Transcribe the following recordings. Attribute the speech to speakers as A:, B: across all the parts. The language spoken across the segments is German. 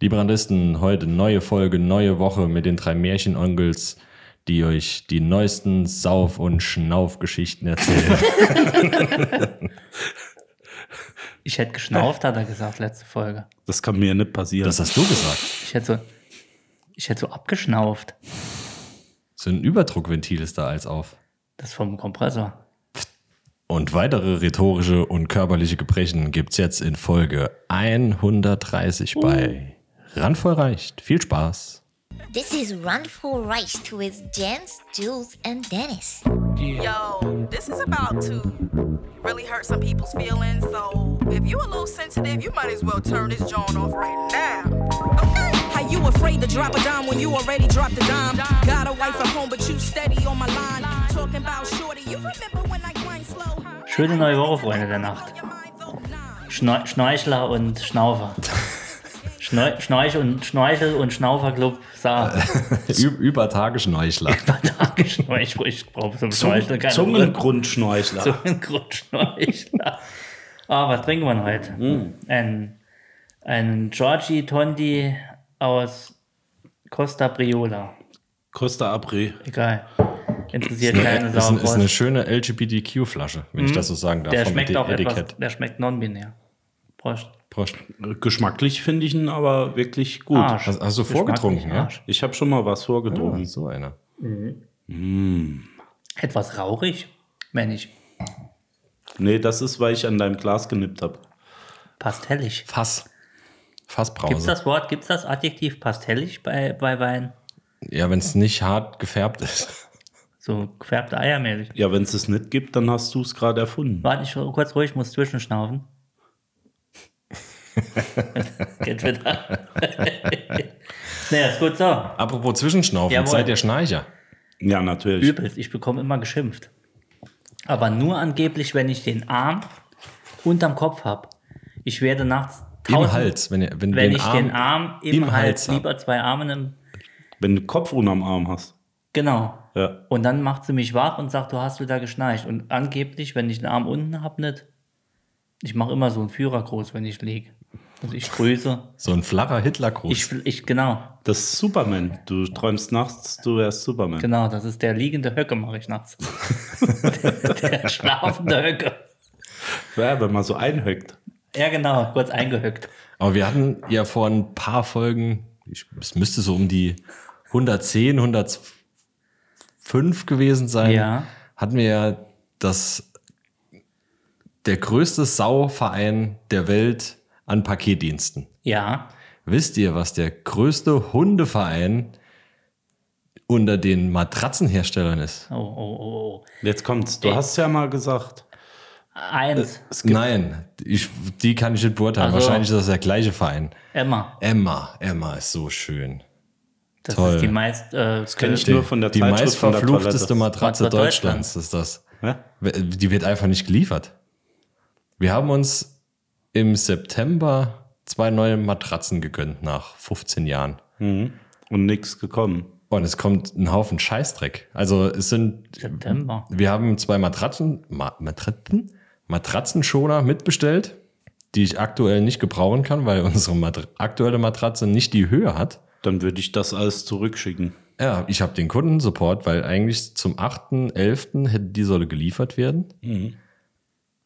A: Die Brandisten, heute neue Folge, neue Woche mit den drei Märchenonkels, die euch die neuesten Sauf- und Schnaufgeschichten erzählen.
B: Ich hätte geschnauft, hat er gesagt, letzte Folge.
C: Das kann mir nicht passieren.
A: das hast du gesagt.
B: Ich hätte so, ich hätte so abgeschnauft.
A: So ein Überdruckventil ist da als auf.
B: Das vom Kompressor.
A: Und weitere rhetorische und körperliche Gebrechen gibt's jetzt in Folge 130 bei
B: Uh.
A: Randvoll reicht. Viel Spaß.
D: This is Run for Rice with Jens, Jules, and Dennis.
E: Yo, this is about to really hurt some people's feelings. So if you a little sensitive, you might as well turn this joint off right now. Okay. How you afraid to drop a dime when you already dropped a dime? Got a wife at home, but you steady on my line. Talking about shorty, you remember when I grind slow?
B: Schöne neue Woche, Freunde der Nacht. Schneu Schnorchler und Schnaufer. Schneu Schnorch und Schnorchel und Schnauferclub sah.
A: Ü über Tageschneuchler.
B: Schnorch, ich brauche zum Schnorcheln keine Ruhe.
C: Zungengrundschnorchler.
B: Zungengrundschnorchler. Ah, was trinken wir denn heute?
A: Hm.
B: Ein, ein Giorgi Tondi aus Costa Briola.
C: Costa Apri.
B: Egal. Interessiert keine
A: Ist,
B: Sau.
A: ein- ist eine
B: Prost.
A: schöne LGBTQ-Flasche, wenn ich das so sagen darf.
B: Mhm. Der
A: vom
B: schmeckt
A: Eti-
B: auch etwas,
A: E- Etikett.
B: der schmeckt non-binär. Prost.
A: Prost.
C: Geschmacklich finde ich ihn aber wirklich gut.
B: Arsch.
A: Hast, hast du
B: Geschmacklich
A: vorgetrunken, ja?
B: Arsch.
C: Ich habe schon mal was
A: Oh,
C: vorgetrunken.
A: so einer.
B: Etwas rauchig, wenn ich.
C: Nee, das ist, weil ich an deinem Glas genippt habe.
B: Pastellig.
A: Fass.
B: Gibt's
A: Fassbrause.
B: das Wort, gibt's das Adjektiv pastellig bei, bei Wein?
A: Ja, wenn es nicht hart gefärbt ist.
B: So gefärbte Eiermäßig.
C: Ja, wenn es es nicht gibt, dann hast du es gerade erfunden.
B: Warte, ich kurz ruhig, ich muss zwischenschnaufen. Geht wieder. naja, ist gut so.
A: Apropos Zwischenschnaufen,
B: Jawohl.
A: seid ihr Schnarcher?
C: Ja, natürlich.
B: Übelst, ich bekomme immer geschimpft. Aber nur angeblich, wenn ich den Arm unterm Kopf habe. Ich werde nachts
A: Im
B: tausend-
A: Hals. Wenn, ihr- wenn,
B: wenn
A: den
B: ich
A: Arm,
B: den Arm im, Hals, lieber zwei Arme im,
C: Wenn du Kopf unterm Arm hast.
B: genau.
C: Ja.
B: Und dann macht sie mich wach und sagt, du hast wieder geschnarcht. Und angeblich, wenn ich den Arm unten habe, nicht. Ich mache immer so einen Führergruß, wenn ich lieg. Also ich grüße.
A: So ein flacher Hitlergruß.
B: Ich, ich, genau,
C: Das ist Superman. Du träumst nachts, du wärst Superman.
B: genau, das ist der liegende Höcke, mache ich nachts. der schlafende Höcke.
C: Ja, wenn man so einhöckt.
B: Ja, genau, kurz eingehöckt.
A: Aber wir hatten ja vor ein paar Folgen, ich, es müsste so um die 110, 105 gewesen sein,
B: Ja.
A: hatten wir ja das, der größte Sauverein der Welt an Paketdiensten.
B: Ja,
A: Wisst ihr, was der größte Hundeverein unter den Matratzenherstellern ist?
B: oh, oh, oh, oh.
C: Jetzt kommt's. Du hast ja mal gesagt.
B: Eins,
C: Es gibt
A: Nein, ich, die kann ich nicht beurteilen.
B: Also.
A: Wahrscheinlich ist das der gleiche Verein.
B: Emma.
A: Emma, Emma ist so schön.
B: Das
A: Toll.
B: ist die meist, äh,
C: kenn ich
A: Die-
C: nur von der
A: die
C: Zeitschrift von der
A: meistverfluchteste
C: Toilette.
A: Matratze
B: Matratze
A: Deutschlands ist das.
C: Ja?
A: Die wird einfach nicht geliefert. Wir haben uns im September zwei neue Matratzen gegönnt nach 15 Jahren.
C: Und nichts gekommen.
A: Und es kommt ein Haufen Scheißdreck. Also es sind,
B: September.
A: wir haben zwei Matratzen, Ma Matratzen, Matratzenschoner mitbestellt, die ich aktuell nicht gebrauchen kann, weil unsere Mat aktuelle Matratze nicht die Höhe hat.
C: Dann würde ich das alles zurückschicken.
A: Ja, ich habe den Kundensupport, weil eigentlich zum 8.11. hätte die Solle geliefert werden.
C: Mhm.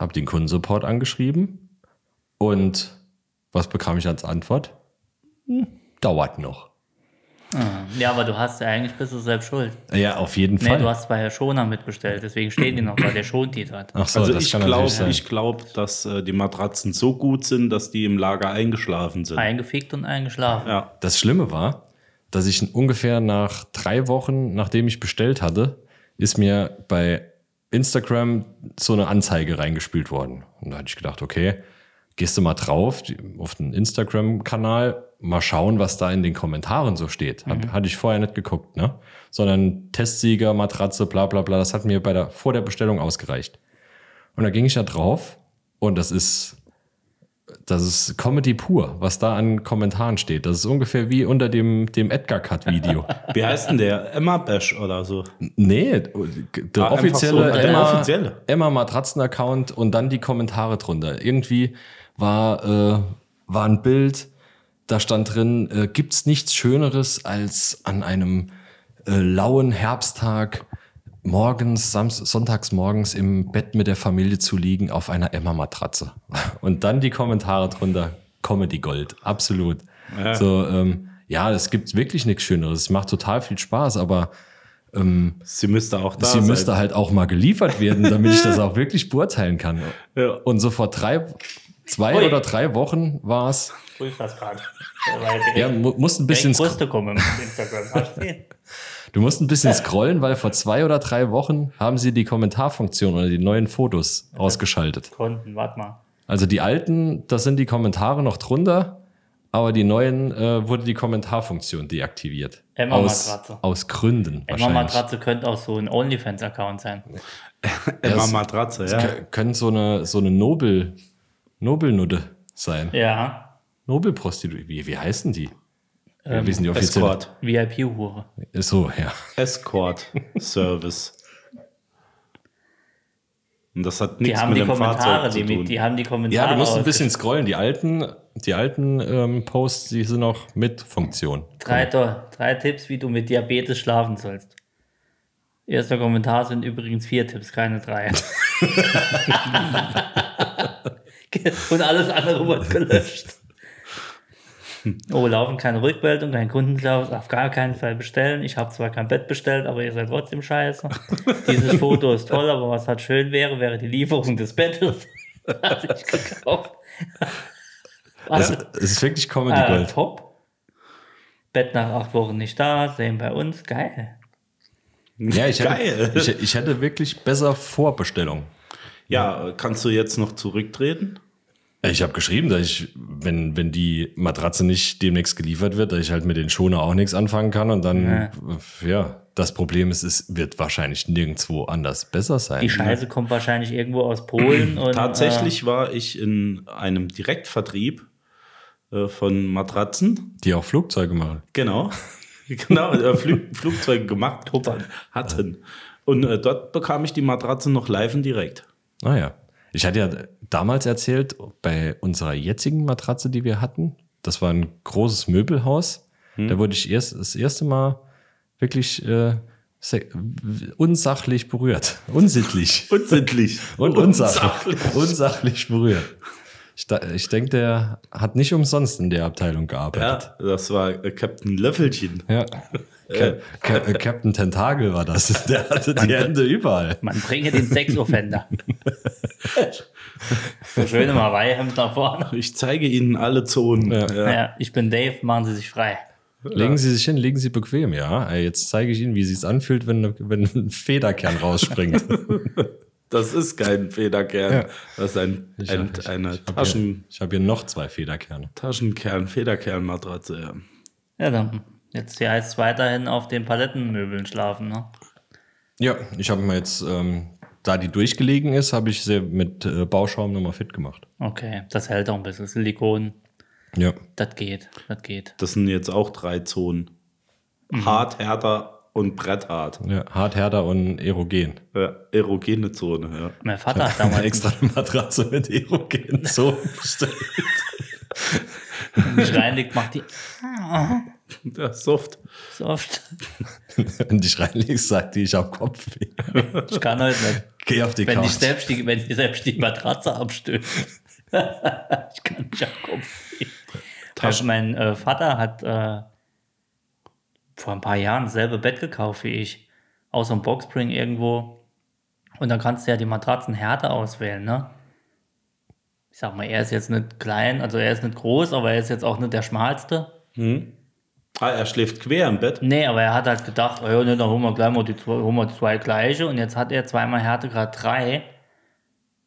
A: Habe den Kundensupport angeschrieben. Und was bekam ich als Antwort? Hm, dauert noch.
B: Ja, aber du hast ja eigentlich bist du selbst schuld.
A: Ja, auf jeden
B: Nee,
A: Fall.
B: du hast zwei Schoner mitbestellt, deswegen stehen die noch, weil der schont die dort.
A: Ach so,
C: also
A: das
C: ich
A: kann natürlich
C: glaube,
A: sein.
C: ich glaub, dass äh, die Matratzen so gut sind, dass die im Lager eingeschlafen sind.
B: Eingefickt und eingeschlafen.
C: Ja,
A: Das Schlimme war, dass ich ungefähr nach drei Wochen, nachdem ich bestellt hatte, ist mir bei Instagram so eine Anzeige reingespült worden. Und da hatte ich gedacht, okay, gehst du mal drauf die- auf den Instagram-Kanal, mal schauen, was da in den Kommentaren so steht. Hab, Hatte ich vorher nicht geguckt, ne? Sondern Testsieger, Matratze, bla bla bla, das hat mir bei der, vor der Bestellung ausgereicht. Und da ging ich da drauf und das ist das ist Comedy pur, was da an Kommentaren steht. Das ist ungefähr wie unter dem, dem Edgar-Cut-Video.
C: wie heißt denn der? Emma Bash oder so.
A: nee, der
C: Ah,
A: offizielle
C: einfach so, der
A: Emma,
C: offizielle.
A: Emma Matratzen-Account und dann die Kommentare drunter. Irgendwie war, äh, war ein Bild, Da stand drin, äh, gibt's nichts Schöneres als an einem äh, lauen Herbsttag morgens, Sams sonntags morgens im Bett mit der Familie zu liegen auf einer Emma-Matratze. Und dann die Kommentare drunter, Comedy Gold, absolut. So, ähm, ja, es gibt wirklich nichts Schöneres. Es macht total viel Spaß, aber
C: Sie müsste auch da
A: sie
C: sein.
A: müsste halt auch mal geliefert werden, damit ich das auch wirklich beurteilen kann.
C: Ja.
A: Und so vor drei, zwei
B: Ui.
A: oder drei Wochen war es,
B: Prüf das gerade.
A: ja, mu musst ein bisschen, sc-
B: Kruste kommen mit Instagram. Hast du gesehen?
A: du musst ein bisschen scrollen, weil vor zwei oder drei Wochen haben sie die Kommentarfunktion oder die neuen Fotos ausgeschaltet.
B: Konten, warte mal.
A: Also die alten, das sind die Kommentare noch drunter, aber die neuen äh, wurde die Kommentarfunktion deaktiviert.
B: Emma
A: Aus,
B: Matratze.
A: aus Gründen
B: Emma
A: wahrscheinlich.
B: Matratze könnte auch so ein OnlyFans-Account sein.
C: Emma
A: es-
C: Matratze, ja.
A: Kö- Können so eine, so eine Nobel, Nobelnudde sein.
B: Ja.
A: Nobelprostituierte. Wie, wie heißen die? Ja, wie sind die offiziell?
C: Escort.
B: VIP-Hure.
A: So, ja.
C: Escort Service. Und das hat
B: Die
C: nichts
B: haben
C: mit
B: die
C: dem
B: Kommentare,
C: Fahrzeug zu
B: die,
C: tun.
B: mit, die haben die Kommentare.
A: Ja, du musst ein
B: aus-
A: bisschen scrollen. Die alten, die alten ähm, Posts, die sind auch mit Funktion.
B: Drei, toll. drei Tipps, wie du mit Diabetes schlafen sollst. Erster Kommentar sind übrigens vier Tipps, keine drei. Und alles andere wird gelöscht. Oh, laufen keine Rückmeldung, kein Kundenservice, auf gar keinen Fall bestellen. Ich habe zwar kein Bett bestellt, aber ihr seid trotzdem scheiße. Dieses Foto ist toll, aber was halt schön wäre, wäre die Lieferung des Bettes. Hat ich gekauft.
A: Es,
B: Warte.
A: es ist wirklich Comedy
B: Ah,
A: Gold.
B: top. Bett nach acht Wochen nicht da, sehen bei uns. Geil.
A: Ja, ich hätte,
C: Geil.
A: ich, ich hätte wirklich besser Vorbestellung.
C: ja, kannst du jetzt noch zurücktreten?
A: Ich habe geschrieben, dass ich, wenn, wenn die Matratze nicht demnächst geliefert wird, dass ich halt mit den Schoner auch nichts anfangen kann und dann,
B: Ja.
A: ja, das Problem ist, es wird wahrscheinlich nirgendwo anders besser sein.
B: Die Scheiße kommt wahrscheinlich irgendwo aus Polen. und, äh,
C: Tatsächlich war ich in einem Direktvertrieb äh, von Matratzen.
A: Die auch Flugzeuge machen.
C: Genau. genau, äh, Flü Flugzeuge gemacht hatten. Und äh, dort bekam ich die Matratze noch live und direkt.
A: Naja. Ich hatte Ah ja damals erzählt, bei unserer jetzigen Matratze, die wir hatten, das war ein großes Möbelhaus. Da wurde ich erst das erste Mal wirklich äh, se- unsachlich berührt. Unsittlich.
C: Unsittlich.
A: Und unsachlich. Unsachlich berührt. Ich, da- ich denke, der hat nicht umsonst in der Abteilung gearbeitet.
C: Ja, das war äh, Captain Löffelchen.
A: Ja. Cap- Cap- äh, Captain Tentakel war das. Der hatte die Hände überall.
B: Man bringe den Sexoffender. so schön im Hawaii-Hemd nach vorne.
C: Ich zeige Ihnen alle Zonen. Äh,
B: Ja. ich bin Dave, machen Sie sich frei.
A: Legen Sie sich hin, legen Sie bequem, ja. Äh, Jetzt zeige ich Ihnen, wie es sich anfühlt, wenn, wenn ein Federkern rausspringt.
C: Das ist kein Federkern.
A: Ja.
C: Das ist ein, ein,
A: ich-
C: eine
A: hab hier,
C: Taschen,
A: ich habe hier noch zwei Federkerne.
C: Taschenkern, Federkernmatratze. Ja.
B: Ja, dann. Jetzt heißt es weiterhin auf den Palettenmöbeln schlafen. Ne?
A: Ja, ich habe mir jetzt, ähm, da die durchgelegen ist, habe ich sie mit äh, Bauschaum nochmal fit gemacht.
B: Okay, das hält auch ein bisschen. Silikon,
A: Ja.
B: das geht, das geht.
C: Das sind jetzt auch drei Zonen.
A: Mhm.
C: Hart, härter und bretthart.
A: ja hart, härter und erogen.
C: Ja, erogene Zone, ja.
B: Mein Vater hat
A: Damals
B: damals
A: extra eine Matratze mit erogen so bestellt.
B: mich reinlegt, macht die
C: ja soft.
B: so oft.
A: Wenn dich reinlegst, sagt die, ich habe Kopfweh.
B: Ich kann heute nicht.
A: Geh auf die
B: Wenn ich,
A: Couch.
B: selbst die, wenn ich selbst die Matratze abstößt. ich kann nicht am Kopf. gehen. Also mein äh, Vater hat äh, vor ein paar Jahren selbe Bett gekauft wie ich. Aus einem Boxspring irgendwo. Und dann kannst du ja die Matratzenhärte auswählen, ne? Ich sag mal, er ist jetzt nicht klein, also er ist nicht groß, aber er ist jetzt auch nicht der schmalste.
C: Ah, er schläft quer im Bett.
B: Nee, aber er hat halt gedacht, oh ja, ne, dann holen wir gleich mal die zwei, holen wir zwei gleiche und jetzt hat er zweimal Härtegrad 3.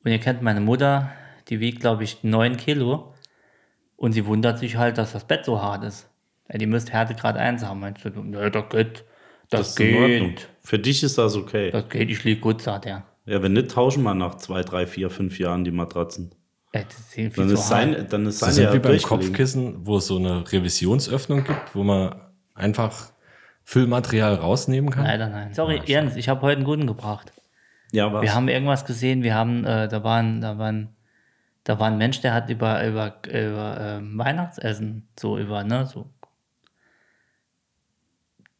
B: Und ihr kennt meine Mutter, die wiegt, glaube ich, 9 Kilo. Und sie wundert sich halt, dass das Bett so hart ist. Ja, die müsste Härtegrad 1 haben. Meinst du, ne, das geht. Das,
C: ist in Ordnung.
B: geht.
C: Für dich ist das okay.
B: Das geht, ich liege gut, sagt er.
C: Ja, wenn nicht, tauschen wir nach zwei, drei, vier, fünf Jahren die Matratzen.
B: Ey, das ist irgendwie
C: Dann
B: so
C: ist,
B: hart.
C: sein, dann ist
A: Das
C: seine
A: sind
C: ja
A: wie beim
C: durchgelegen.
A: Kopfkissen, wo es so eine Revisionsöffnung gibt, wo man einfach Füllmaterial rausnehmen kann.
B: Leider nein. Sorry, Jens, ich habe heute einen guten gebracht.
C: Ja, was?
B: Wir haben irgendwas gesehen, wir haben, äh, da waren, da waren, Da war ein Mensch, der hat über, über, über ähm, Weihnachtsessen, so über, ne, so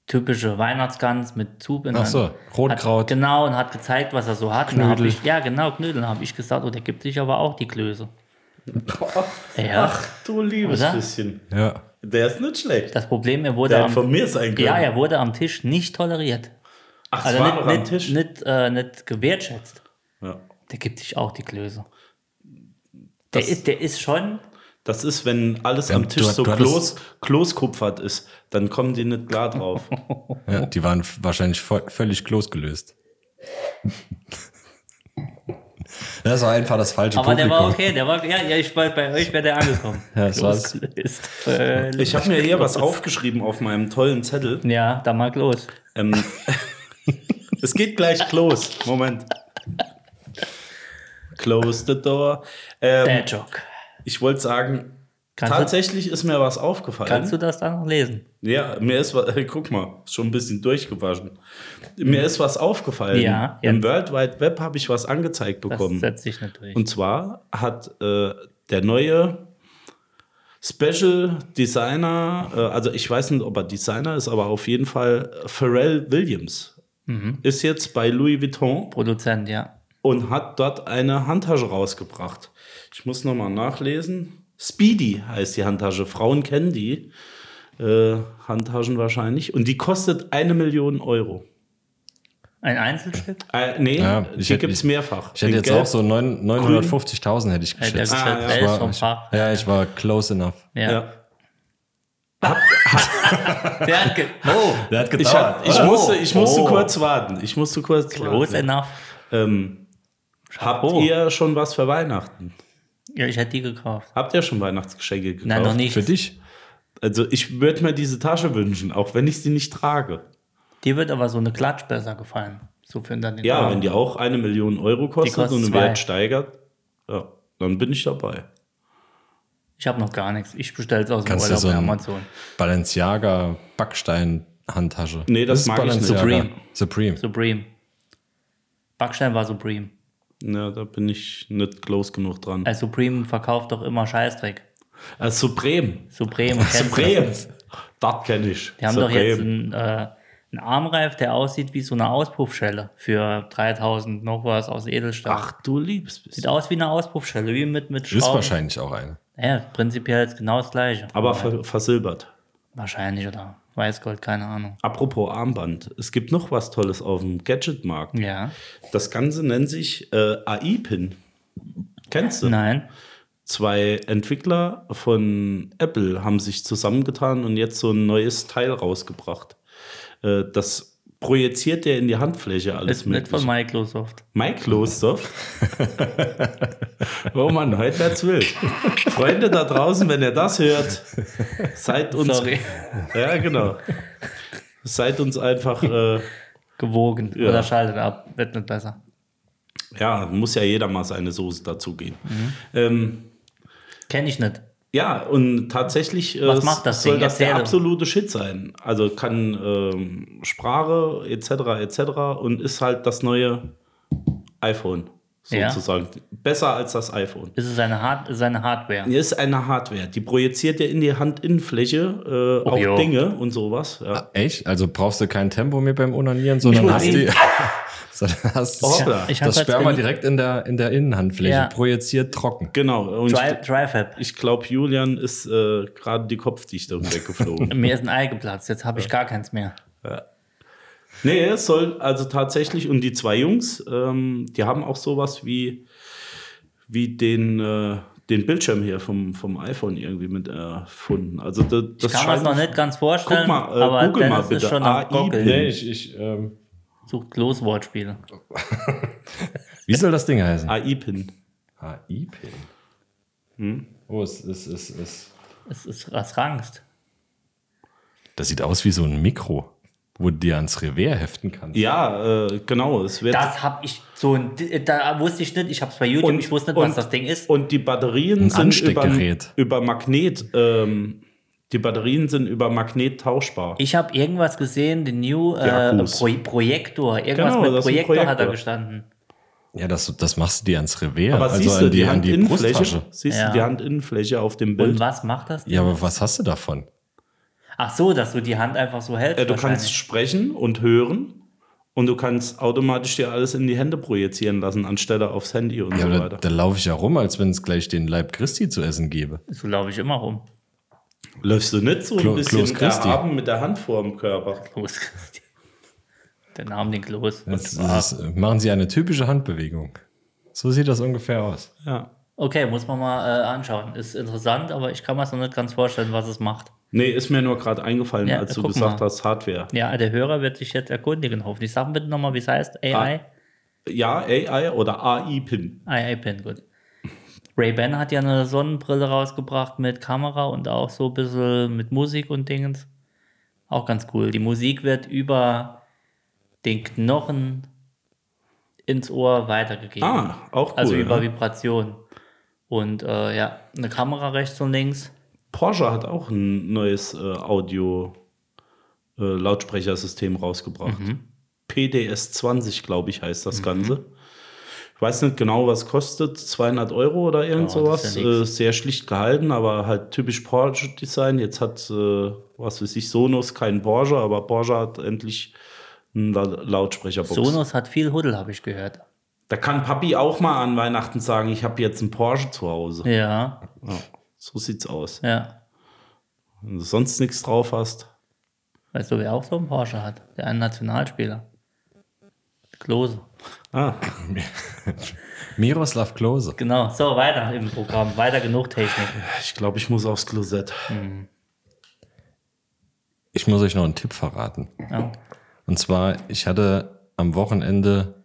B: typische Weihnachtsgans mit Zub. in
A: Ach
B: der-
A: so, Rotkraut.
B: Hat, genau, und hat gezeigt, was er so hat. Und da hab
A: Knödel.
B: ich, ja, genau, Knödel. habe ich gesagt, oh, der gibt sich aber auch die Klöße. Ja.
C: Ach du liebes
B: Oder?
C: bisschen.
A: Ja.
C: Der ist nicht schlecht.
B: Das Problem, er wurde
C: Der
B: am,
C: hat von mir sein können.
B: ja, er wurde am Tisch nicht toleriert.
C: Ach, es
B: Also
C: war
B: nicht,
C: noch
B: nicht,
C: am Tisch.
B: Nicht, äh, nicht gewertschätzt.
C: Ja.
B: Der gibt sich auch die Klöße. Der
C: Das-
B: ist, der ist schon,
C: Das ist, wenn alles
A: Ja,
C: am Tisch
A: du-
C: so
A: du
C: Klos,
A: hattest-
C: kloskupfert ist, dann kommen die nicht klar drauf.
B: Oh.
A: ja, die waren f- wahrscheinlich vo- völlig losgelöst. Das war einfach das falsche
B: aber der
A: Publikum.
B: war okay. Der war, ja, ja ich war, bei euch wäre der angekommen. äh,
A: Ja, das war's.
B: Losgelöst. Völlig
C: Ich habe mir hier was
B: los.
C: aufgeschrieben auf meinem tollen Zettel.
B: Ja, dann mal los.
C: Ähm, es geht gleich close. Moment. Close the door. Ähm,
B: Der Joke.
C: ich wollte sagen,
B: Kannst du-
C: tatsächlich ist mir was aufgefallen.
B: Kannst du das dann noch lesen?
C: Ja, mir ist was, guck mal, schon ein bisschen durchgewaschen. Mir ist was aufgefallen.
B: Mhm. Ja,
C: Im
B: jetzt.
C: World Wide Web habe ich was angezeigt
B: Das
C: bekommen.
B: setzt sich natürlich.
C: Und zwar hat äh, der neue Special Designer, äh, also ich weiß nicht, ob er Designer ist, aber auf jeden Fall äh, Pharrell Williams
A: Mhm.
C: ist jetzt bei Louis Vuitton
B: Produzent, ja.
C: und hat dort eine Handtasche rausgebracht. Ich muss nochmal nachlesen. Speedy heißt die Handtasche. Frauen kennen die äh, Handtaschen wahrscheinlich. Und die kostet eine Million Euro.
B: Ein Einzelstück?
C: Äh, nee,
A: Ja, ich
C: die
A: hätte-
C: gibt es mehrfach.
A: Ich hätte
C: In
A: jetzt
C: Gelb.
A: auch so neun- 950.000 hätte ich
B: Äh, Der
A: geschätzt.
B: ah,
C: ja.
B: ist vom
A: ich,
B: Fach.
A: ja, ich war close enough.
B: Ja.
C: Ja.
B: Der hat ge oh,
A: Der hat
C: Ich, hab, ich
B: Oh.
C: musste, ich musste
B: Oh.
C: kurz warten. Ich musste kurz
B: close
C: warten.
B: enough.
C: Ähm, habt
B: Chapeau.
C: ihr schon was für Weihnachten?
B: Ja, ich hätte die gekauft.
C: Habt ihr schon Weihnachtsgeschenke gekauft?
B: Nein, noch nicht.
A: Für dich?
C: Also ich würde mir diese Tasche wünschen, auch wenn ich sie nicht trage.
B: Dir wird aber so eine Klatsch besser gefallen. So für unter den
C: Ja,
B: Armen.
C: wenn die auch eine Million Euro kostet,
B: kostet
C: und den
B: zwei.
C: Wert steigert, ja, dann bin ich dabei.
B: Ich habe noch gar nichts. Ich bestelle es aus dem
A: Kannst du
B: Urlaub
A: so
B: bei
A: ein-
B: Amazon.
A: Balenciaga Backstein Handtasche.
C: Nee, das
A: ist
C: mag ich nicht.
A: Balenciaga. Supreme.
B: Supreme. Backstein war Supreme.
C: Na, da bin ich nicht close genug dran.
B: Also Supreme verkauft doch immer Scheißdreck.
C: Äh, Supreme.
B: Supreme. kennst du?
C: Supreme. Das kenne ich.
B: Die haben
C: Supreme.
B: doch jetzt einen, äh, einen Armreif, der aussieht wie so eine Auspuffschelle für 3000 noch was aus Edelstahl.
C: Ach, du liebst
B: Sieht aus wie eine Auspuffschelle, wie mit, mit Schrauben.
A: Ist wahrscheinlich auch eine.
B: Ja, prinzipiell ist genau das gleiche.
C: Aber ver versilbert.
B: wahrscheinlich oder Weißgold, keine Ahnung.
C: Apropos Armband. Es gibt noch was Tolles auf dem Gadgetmarkt.
B: Ja.
C: Das Ganze nennt sich äh, AI-Pin. Kennst du?
B: Nein.
C: Zwei Entwickler von Apple haben sich zusammengetan und jetzt so ein neues Teil rausgebracht. Äh, das projiziert der in die Handfläche alles
B: Ist nicht
C: mit.
B: von Microsoft.
C: Microsoft. oh Mann, heute wird's wild. Freunde da draußen, wenn ihr das hört, seid uns.
B: Sorry.
C: Ja, genau. Seid uns einfach. Äh,
B: Gewogen.
C: Ja.
B: Oder schaltet ab. Wird nicht besser.
C: ja, muss ja jeder mal seine Soße dazugeben.
B: Mhm.
C: Ähm,
B: Kenne ich nicht.
C: Ja, und tatsächlich äh,
B: Was macht das
C: soll
B: Ding?
C: das der
B: Erzähl.
C: absolute Shit sein. Also kann ähm, Sprache etc. etc. und ist halt das neue iPhone
B: Ja.
C: sozusagen. Besser als das iPhone.
B: Ist es seine, Hard ist seine Hardware?
C: Hier ist eine Hardware, die projiziert ja in die Handinnenfläche äh, auch
B: Oh, jo. Ah.
C: Dinge und sowas. Ja.
A: Echt? Also brauchst du kein Tempo mehr beim Unanieren, sondern hast die. sondern hast
C: Hoppla.
B: Oh, Ich hab
A: das
B: grad
A: Sperma
B: in-
A: direkt in der, in der Innenhandfläche,
B: Ja.
A: projiziert trocken.
C: Genau. Und
B: Dry,
C: ich,
B: Dryfab.
C: ich glaube, Julian ist äh, gerade die Kopfdichte weggeflogen.
B: Mir ist ein Ei geplatzt. Jetzt habe ich gar keins mehr.
C: Nee, es soll also tatsächlich, und die zwei Jungs, ähm, die haben auch sowas wie, wie den, äh, den Bildschirm hier vom, vom iPhone irgendwie mit erfunden. Also da-
B: Ich kann mir
C: das
B: das
C: scheint-
B: noch nicht ganz
C: Guck
B: vorstellen.
C: mal, äh,
B: aber
C: google mal
B: Dennis
C: bitte.
B: ist schon am Gockeln.
C: AI-Pin.
A: ich, ich, ähm.
B: Sucht los Wortspiele.
A: Wie soll das Ding heißen?
C: AI-Pin.
A: AI-Pin. Oh, es ist, es ist.
B: Es ist was rangst.
A: Das sieht aus wie so ein Mikro, wo du dir ans Revers heften kannst.
C: Ja, äh, genau. Es wird
B: Das habe ich so ein, da wusste ich nicht, ich habe es bei YouTube, ich wusste nicht, was das Ding ist.
C: Und die Batterien
A: Ein
C: sind über,
A: Ansteckgerät.
C: über Magnet. Ähm, die Batterien sind über Magnet tauschbar.
B: Ich habe irgendwas gesehen, den New
C: Die
B: äh,
C: Akkus.
B: Pro Projektor, irgendwas
C: Genau,
B: mit
C: das ist ein
B: Projektor, hat da
C: Projektor.
B: gestanden.
A: Ja, das, das machst du dir ans Revier,
C: Aber
A: also
C: siehst du
A: an die,
C: die
A: an die
C: Handinnenfläche?
A: Brusttasche.
C: Siehst
B: Ja.
C: du die Handinnenfläche auf dem
B: Und
C: Bild?
B: was macht das?
A: Ja, aber was hast du davon?
B: Ach so, dass du die Hand einfach so hältst.
C: Äh, du kannst
B: wahrscheinlich.
C: sprechen und hören und du kannst automatisch dir alles in die Hände projizieren lassen, anstelle aufs Handy und
A: Ja,
C: so
A: da,
C: weiter.
A: da laufe ich ja rum, als wenn es gleich den Leib Christi zu essen gäbe.
B: so laufe ich immer rum.
C: Läufst du nicht so
A: Klo-
C: ein bisschen
A: Kloß Christi.
C: erhaben mit der Hand vorm Körper?
B: Los. Der Name Ah. den Klos.
A: Das, das ist, machen sie eine typische Handbewegung. So sieht das ungefähr aus.
C: Ja.
B: Okay, muss man mal äh, anschauen. Ist interessant, aber ich kann mir das noch nicht ganz vorstellen, was es macht.
C: Nee, ist mir nur gerade eingefallen,
B: Ja,
C: als du
B: guck
C: gesagt
B: mal.
C: hast, Hardware.
B: Ja, der Hörer wird sich jetzt erkundigen, hoffentlich. Sag bitte nochmal, wie es heißt.
C: Ah,
B: AI?
C: Ja, AI oder AI-Pin.
B: AI-Pin, gut. Ray-Ban hat ja eine Sonnenbrille rausgebracht mit Kamera und auch so ein bisschen mit Musik und Dingens. Auch ganz cool. Die Musik wird über den Knochen ins Ohr weitergegeben.
C: Ah, auch cool.
B: also über
C: ja.
B: Vibration. Und äh, ja, eine Kamera rechts und links.
C: Porsche hat auch ein neues äh, Audio-Lautsprechersystem rausgebracht.
B: Mhm.
C: PDS 20, glaube ich, heißt das Ganze. Ich weiß nicht genau, was kostet. 200 Euro oder irgend
B: Ja, das
C: sowas.
B: ist ja nix.
C: äh, sehr schlicht gehalten, aber halt typisch Porsche-Design. Jetzt hat, äh, was weiß ich, Sonos keinen Porsche, aber Porsche hat endlich einen La Lautsprecherbox.
B: Sonos hat viel Huddel, habe ich gehört.
C: Da kann Papi auch mal an Weihnachten sagen, ich habe jetzt einen Porsche zu Hause.
B: Ja,
C: So sieht's aus.
B: ja.
C: Wenn du sonst nichts drauf hast.
B: Weißt du, wer auch so einen Porsche hat? Der einen Nationalspieler. Klose.
C: Ah,
A: Miroslav Klose.
B: Genau, so weiter im Programm. Weiter genug Technik.
C: ich glaube, ich muss aufs Klosett.
A: Ich muss euch noch einen Tipp verraten.
B: Ja.
A: Und zwar, ich hatte am Wochenende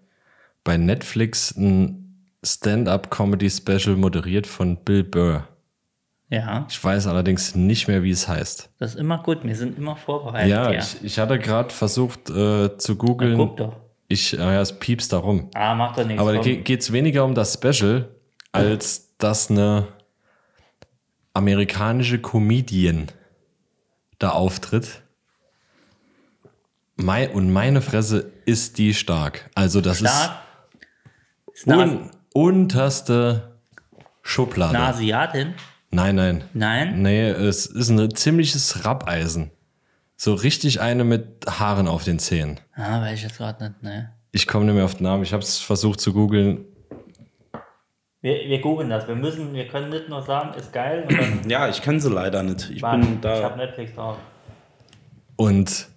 A: bei Netflix ein Stand-up-Comedy-Special moderiert von Bill Burr.
B: ja,
A: Ich weiß allerdings nicht mehr, wie es heißt.
B: das ist immer gut. Wir sind immer vorbereitet.
A: Ja,
B: Ja,
A: ich, ich hatte gerade versucht äh, zu
B: Dann
A: googeln.
B: guck doch.
A: Ich, äh, ja, es piepst da rum.
B: Ah, macht doch nichts.
A: Aber da
B: komm.
A: geht es weniger um das Special, als dass eine amerikanische Comedian da auftritt. Mei, und meine Fresse ist die stark. Also das
B: Stark. Ist
A: ist
B: eine
A: un unterste Schublade.
B: Asi- eine Asiatin?
A: Nein, nein.
B: Nein?
A: Nee, es ist ein ziemliches Rappeisen. So richtig eine mit Haaren auf den Zähnen.
B: Ah, weiß ich jetzt gerade nicht, ne?
A: Ich komme nicht mehr auf den Namen. Ich habe es versucht zu googeln.
B: Wir, wir googeln das. Wir müssen, wir können nicht nur sagen, ist geil und dann
C: Ja, ich kann sie leider nicht. Ich
B: Mann,
C: bin
B: ich habe
C: da.
B: Netflix drauf.
A: Und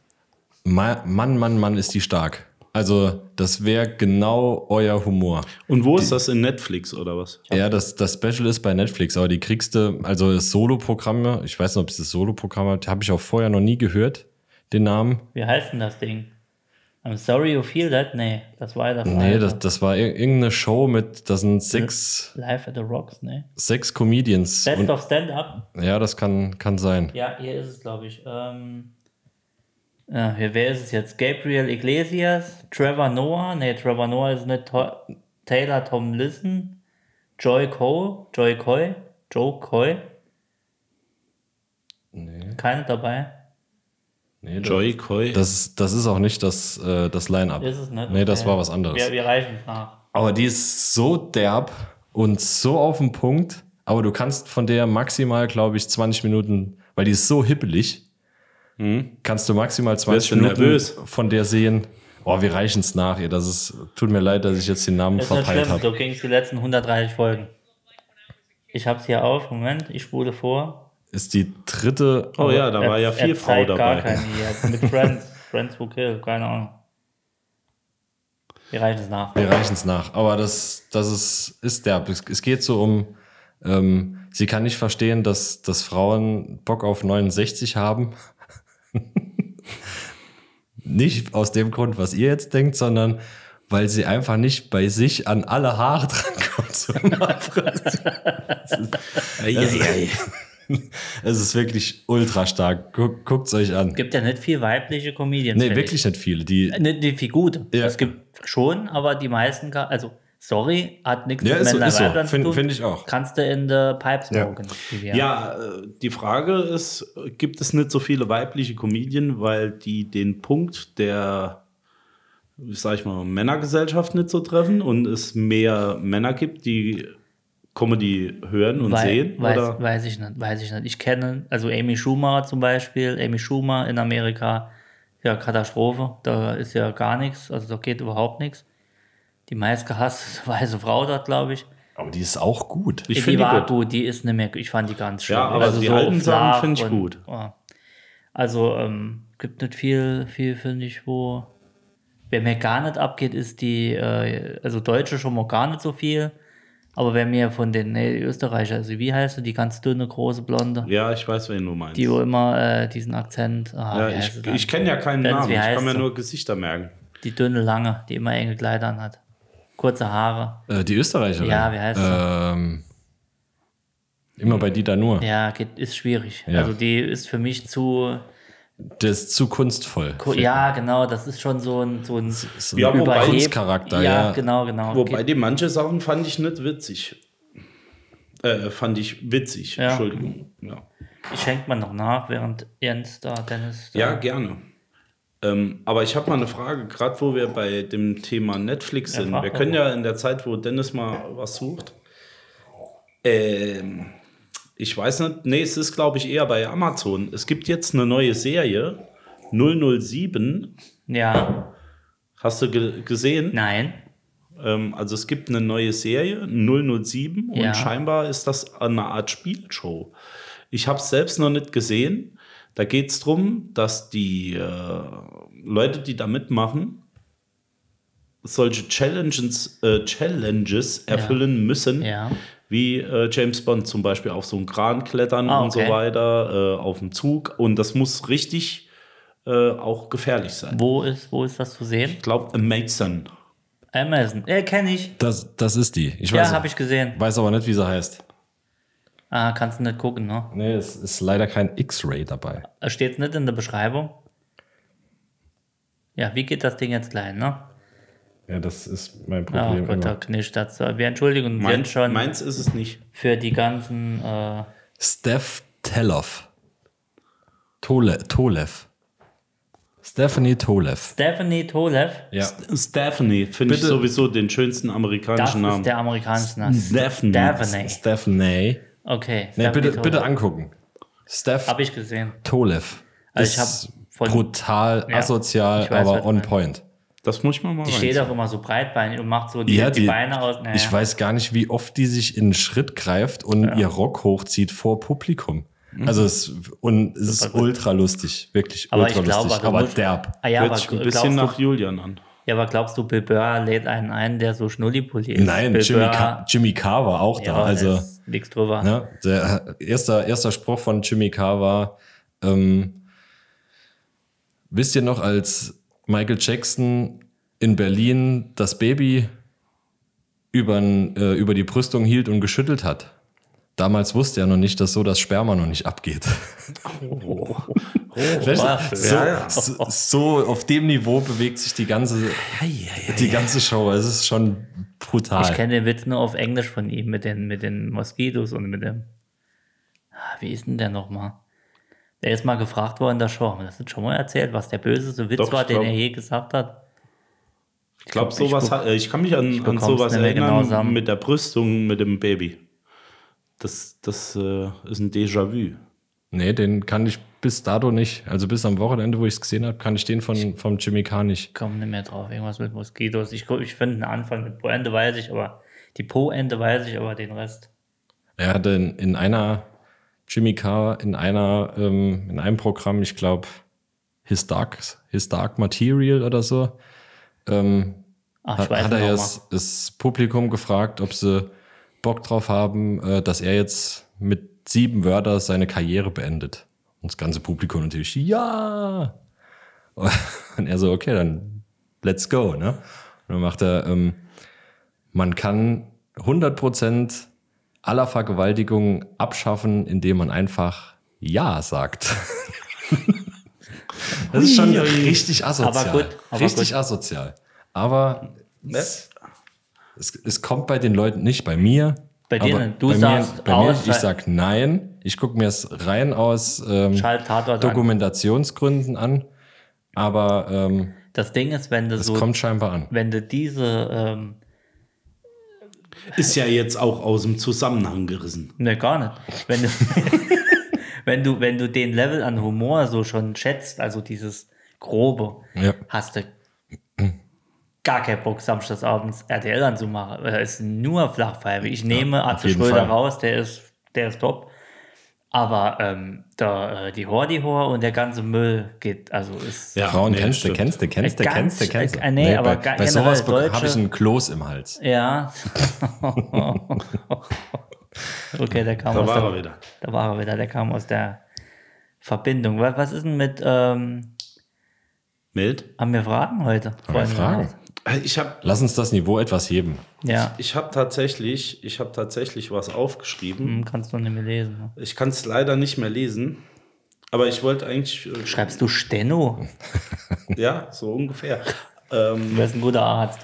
A: Ma- Mann, Mann, Mann ist die stark. Also, das wäre genau euer Humor.
C: Und wo ist das in Netflix oder was?
A: Ja, das, das Special ist bei Netflix, aber die kriegst du, also das Solo-Programme, ich weiß nicht, ob es das Solo-Programm hat, habe ich auch vorher noch nie gehört, den Namen.
B: Wie heißt denn das Ding? I'm sorry you feel that? Nee, das war ja das.
A: Nee,
B: alte.
A: das, das war ir- irgendeine Show mit, das sind sechs,
B: Live at the Rocks, ne?
A: sechs Comedians.
B: Best
A: Und,
B: of Stand-Up.
A: ja, das kann, kann sein.
B: Ja, hier ist es, glaube ich. Ähm, ja, Ah, hier, wer ist es jetzt? Gabriel Iglesias, Trevor Noah, nee, Trevor Noah ist nicht to Taylor Tomlinson, Joy Cole, Joy Coy, Joe Coy. Nee. Keine dabei.
A: Nee, das,
C: Joy Coy.
A: das, ist, das ist auch nicht das, äh, das Line-Up.
B: Ist es nicht?
A: Nee, das
B: Okay.
A: war was anderes.
B: Wir, wir reichen es nach.
A: Aber die ist so derb und so auf den Punkt. Aber du kannst von der maximal, glaube ich, 20 Minuten, weil die ist so hippelig, kannst du maximal 20
C: Mhm. Wirst du
A: Minuten
C: nervös?
A: von der sehen. Oh, wir reichen es nach, ihr. Das ist, tut mir leid, dass ich jetzt den Namen
B: Ist halt nicht
A: verpeilt
B: schlimm, so
A: habe.
B: ging es die letzten 130 Folgen. Ich hab's hier auf, Moment, ich spule vor.
A: Ist die dritte.
C: oh ja, da war ja
B: App-
C: viel
B: App
C: Frau
B: Zeit Gar
C: dabei.
B: keine hier. Mit Friends. Friends Who Kill, keine Ahnung. Wir reichen es nach.
A: Wir reichen es nach. Aber das, das ist, ist derb. Es, es geht so um, ähm, sie kann nicht verstehen, dass, dass Frauen Bock auf 69 haben. nicht aus dem Grund, was ihr jetzt denkt, sondern weil sie einfach nicht bei sich an alle Haare drankommt. So nah dran.
C: Eieiei.
A: es ist wirklich ultra stark. Guck, Guckt's euch an.
B: Gibt ja nicht viel weibliche Comedians.
A: Nee,
B: finde
A: wirklich nicht viele. Die,
B: Ich. Nicht die Figur.
A: Ja.
B: Es gibt schon, aber die meisten, gar- also sorry, hat nichts
A: Ja, ist so, ist so.
B: Männern
A: Find- find ich auch.
B: Kannst du in der Pipes smoken. die wir-
C: Ja, äh, die Frage ist, äh, gibt es nicht so viele weibliche Comedien, weil die den Punkt der sag ich mal, Männergesellschaft nicht so treffen und es mehr Männer gibt, die Comedy hören und
B: Wei-
C: sehen?
B: Weiß,
C: oder?
B: weiß ich nicht, weiß ich nicht. Ich kenne, also Amy Schumer zum Beispiel, Amy Schumer in Amerika, ja, Katastrophe, da ist ja gar nichts, also da geht überhaupt nichts. Die meistgehasste weiße Frau dort, glaube ich.
A: Aber die ist auch gut.
C: Ich
B: die
C: finde die
B: war
C: gut.
B: gut, die ist nicht mehr, ich fand die ganz schön. Also
C: Ja, aber die alten Sachen finde ich gut.
B: Oh. Also, ähm, gibt nicht viel, viel finde ich, wo. Wer mir gar nicht abgeht, ist die, äh, also Deutsche schon mal gar nicht so viel. Aber wer mir von den nee, Österreicher, also wie heißt du, die ganz dünne, große Blonde,
C: Ja, ich weiß, wen du meinst.
B: die wo immer äh, diesen Akzent. Ah,
C: ja,
B: wie heißt
C: ich
B: sie dann?
C: ich kenne ja keinen
B: Dennis,
C: Namen,
B: wie
C: ich
B: heißt
C: kann mir
B: sie?
C: nur Gesichter merken.
B: Die dünne, lange, die immer enge Kleider hat. Kurze Haare.
A: Äh, die Österreicherin.
B: Ja, wie heißt sie? Hm.
A: ähm, Immer bei Dieter Nur.
B: Ja, geht, ist schwierig.
A: Ja.
B: Also die ist für mich zu,
A: Der ist zu kunstvoll.
B: Ko- Ja, genau, das ist schon so ein, so ein
A: So
C: Ja,
A: ein
C: wobei-
B: Überheb-
A: Kunstcharakter,
B: ja.
A: ja.
B: genau, genau.
C: Wobei die manche Sachen fand ich nicht witzig. Äh, fand ich witzig,
B: Ja.
C: Entschuldigung. Ja,
B: ich schenke mal noch nach, während Jens da, Dennis da.
C: ja gerne. Ähm, aber ich habe mal eine Frage, gerade wo wir bei dem Thema Netflix
B: Ja,
C: sind.
B: frag
C: wir
B: mal.
C: können ja in der Zeit, wo Dennis mal was sucht. Ähm, ich weiß nicht, nee, es ist glaube ich eher bei Amazon. Es gibt jetzt eine neue Serie, 007.
B: ja.
C: Hast du ge gesehen?
B: Nein.
C: Ähm, also es gibt eine neue Serie, 007,
B: Ja.
C: und scheinbar ist das eine Art Spielshow. Ich habe es selbst noch nicht gesehen. Da geht es darum, dass die äh, Leute, die da mitmachen, solche Challenges, äh, Challenges erfüllen müssen,
B: Ja.
C: wie äh, James Bond zum Beispiel auf so einen Kran klettern
B: Ah,
C: und so
B: okay.
C: weiter, äh, auf dem Zug. Und das muss richtig äh, auch gefährlich sein.
B: Wo ist, wo ist das zu sehen?
C: Ich glaube, Amazon.
B: Amazon. Äh, kenne ich.
A: Das, das ist die. Ich
B: Ja,
A: weiß,
B: habe ich gesehen.
A: weiß aber nicht, wie sie heißt.
B: Ah, kannst du nicht gucken, ne?
A: Nee, es ist leider kein X-Ray dabei.
B: Steht nicht in der Beschreibung. Ja, wie geht das Ding jetzt klein, ne?
A: Ja, das ist mein
B: Ah,
A: Problem.
B: Gott, da
A: immer.
B: knischt das. Wir entschuldigen uns jetzt
C: Meins,
B: schon
C: meins ist es nicht.
B: für die ganzen. Äh,
A: Steph Teloff. Tole, Tolev. Stephanie Tolev.
B: Stephanie Tolev,
A: Ja.
C: Stephanie finde ich
A: Bitte.
C: sowieso den schönsten
B: das
C: amerikanischen Namen.
B: ist der amerikanische Name.
C: Stephanie.
B: Stephanie.
A: Stephanie.
B: Okay.
A: Nee,
B: Stephanie
A: bitte,
B: Tolev.
A: bitte angucken. Steph
B: Habe ich gesehen.
A: Tolev.
B: Also ich
A: Ist
B: hab von-
A: brutal
B: Ja,
A: asozial,
B: ich weiß, was
A: aber
B: du
A: on
B: meinst.
A: point.
C: Das muss ich mal mal
B: Die steht auch immer so breitbeinig und macht so die,
A: Ja,
B: die, Beine aus. Naja.
A: Ich weiß gar nicht, wie oft die sich in den Schritt greift und ihr Rock hochzieht vor Publikum. Also es, und es ist ultra lustig, wirklich
B: Mhm. aber
A: ultra
B: ich glaube,
A: lustig,
B: also
A: aber
B: muss-
A: derb.
B: Ah, ja,
C: Hört
B: aber,
C: sich ein
B: glaubst du,
C: bisschen nach Julian an.
B: ja, aber glaubst du, Bill Burr lädt einen ein, der so Schnullipulli ist?
A: Nein,
B: Bill
A: Jimmy,
B: Burr-
A: Carr, Jimmy Carr war auch
B: Ja,
A: da. Also
B: ist Nix drüber.
A: ne, der erster, erster Spruch von Jimmy Carr war, ähm, wisst ihr noch, als Michael Jackson in Berlin das Baby übern, äh, über die Brüstung hielt und geschüttelt hat? Damals wusste er noch nicht, dass so das Sperma noch nicht abgeht. So, so, so auf dem Niveau bewegt sich die ganze, die ganze Show. Es ist schon brutal.
B: Ich kenne den Witz nur auf Englisch von ihm mit den, mit den Moskitos und mit dem. Ah, Wie ist denn der nochmal? Der ist mal gefragt worden, da schon. Das ist schon mal erzählt, was der böseste Witz
C: Doch,
B: war,
C: ich
B: den
C: glaub-
B: er je gesagt hat.
C: Ich glaube,
B: glaub, ich
C: sowas
B: guck-
C: hat, ich kann mich an, an
B: bekomm's
C: sowas
B: nicht mehr genau
C: erinnern
B: zusammen.
C: mit der Brüstung, mit dem Baby. Das, das äh, ist ein Déjà-vu.
A: Nee, den kann ich bis dato nicht. Also bis am Wochenende, wo ich es gesehen habe, kann ich den von vom Jimmy Carr nicht.
B: Ich komme nicht mehr drauf. Irgendwas mit Moskitos. Ich, guck- ich finde den Anfang mit Poende weiß ich, aber die Po-Ende weiß ich, aber den Rest.
A: Er hatte in, in einer Jimmy Carr in einer ähm, in einem Programm, ich glaube His Dark His Dark Material oder so, ähm,
B: Ach, ich
A: hat,
B: weiß
A: hat
B: noch
A: er
B: mal.
A: ja das, das Publikum gefragt, ob sie Bock drauf haben, äh, dass er jetzt mit sieben Wörtern seine Karriere beendet. Und das ganze Publikum natürlich ja. Und er so, okay, dann let's go, ne? Und dann macht er, ähm, man kann 100% aller Vergewaltigungen abschaffen, indem man einfach Ja sagt. das ist schon richtig asozial.
B: Aber gut, aber
A: richtig
B: gut.
A: asozial. Aber
B: Ne?
A: es, es, es kommt bei den Leuten nicht, bei mir.
B: Bei dir
A: aber
B: nicht. Du
A: bei
B: sagst
A: mir, bei mir,
B: aus, äh,
A: ich
B: weil-
A: sag nein. Ich gucke mir es rein aus ähm,
B: Schalt Tatort an.
A: Dokumentationsgründen an. Aber ähm,
B: Das Ding ist, wenn du
A: Das
B: so,
A: kommt scheinbar an.
B: wenn du diese, ähm,
C: Ist ja jetzt auch aus dem Zusammenhang gerissen.
B: ne, gar nicht. Wenn du, wenn du, wenn du den Level an Humor so schon schätzt, also dieses Grobe,
A: Ja.
B: hast du gar keinen Bock, samstagsabends RTL anzumachen. Es ist nur Flachpfeife. Ich nehme Atze
A: jeden
B: Schröder
A: Fall.
B: raus, der ist, der ist top. Aber ähm, da, äh, die Hordi Hor und der ganze Müll geht, also ist.
C: Ja,
A: Frauen
C: nee,
A: kennst du,
C: stimmt.
A: kennst du, kennst du,
B: Ganz-
A: kennst du, kennst du.
B: äh, nee, aber
A: bei,
B: ga-
A: bei sowas
B: generell
A: habe ich
B: deutsche-
A: einen Kloß im Hals.
B: Ja. okay, der kam
C: Da
B: aus
C: war
B: der,
C: er wieder.
B: Da war er wieder, der kam aus der Verbindung. Wa- Was ist denn mit, ähm,
C: Mild?
B: haben wir Fragen heute?
A: Haben wir
B: Freunde? ne?
A: Fragen?
C: Äh, Ich habe
A: Lass uns das Niveau etwas heben.
B: Ja,
C: ich hab tatsächlich, ich hab tatsächlich was aufgeschrieben.
B: Hm, kannst du nicht mehr lesen. Ne?
C: Ich kann es leider nicht mehr lesen. Aber ich wollte eigentlich, äh,
B: Schreibst du Steno?
C: ja, so ungefähr. Ähm,
B: Du bist ein guter Arzt.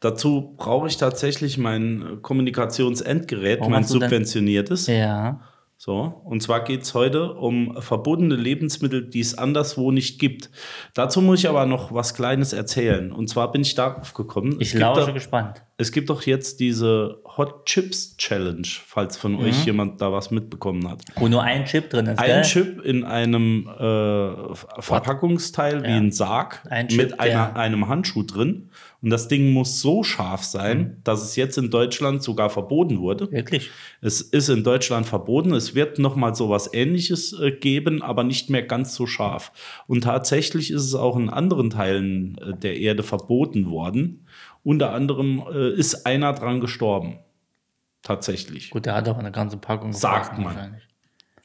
C: dazu brauche ich tatsächlich mein äh, Kommunikationsendgerät,
B: Warum
C: mein
B: hast du denn-
C: subventioniertes.
B: Ja.
C: So, und zwar geht es heute um verbotene Lebensmittel, die es anderswo nicht gibt. Dazu muss ich aber noch was Kleines erzählen. Und zwar bin ich darauf gekommen.
B: Ich
C: gibt
B: lausche
C: doch-
B: gespannt.
C: es gibt doch jetzt diese Hot Chips Challenge, falls von
B: Mhm.
C: euch jemand da was mitbekommen hat.
B: Wo nur ein Chip drin ist,
C: Ein
B: gell?
C: Chip in einem äh, Verpackungsteil wie ein Sarg
B: Ein Chip,
C: mit einer,
B: ja.
C: einem Handschuh drin. Und das Ding muss so scharf sein,
B: Mhm.
C: dass es jetzt in Deutschland sogar verboten wurde.
B: Wirklich?
C: Es ist in Deutschland verboten. Es wird nochmal sowas ähnliches äh, geben, aber nicht mehr ganz so scharf. Und tatsächlich ist es auch in anderen Teilen äh, der Erde verboten worden. Unter anderem äh, ist einer dran gestorben. Tatsächlich.
B: Gut, der hat auch eine ganze Packung.
C: Sagt
B: gefressen
C: man.
B: wahrscheinlich.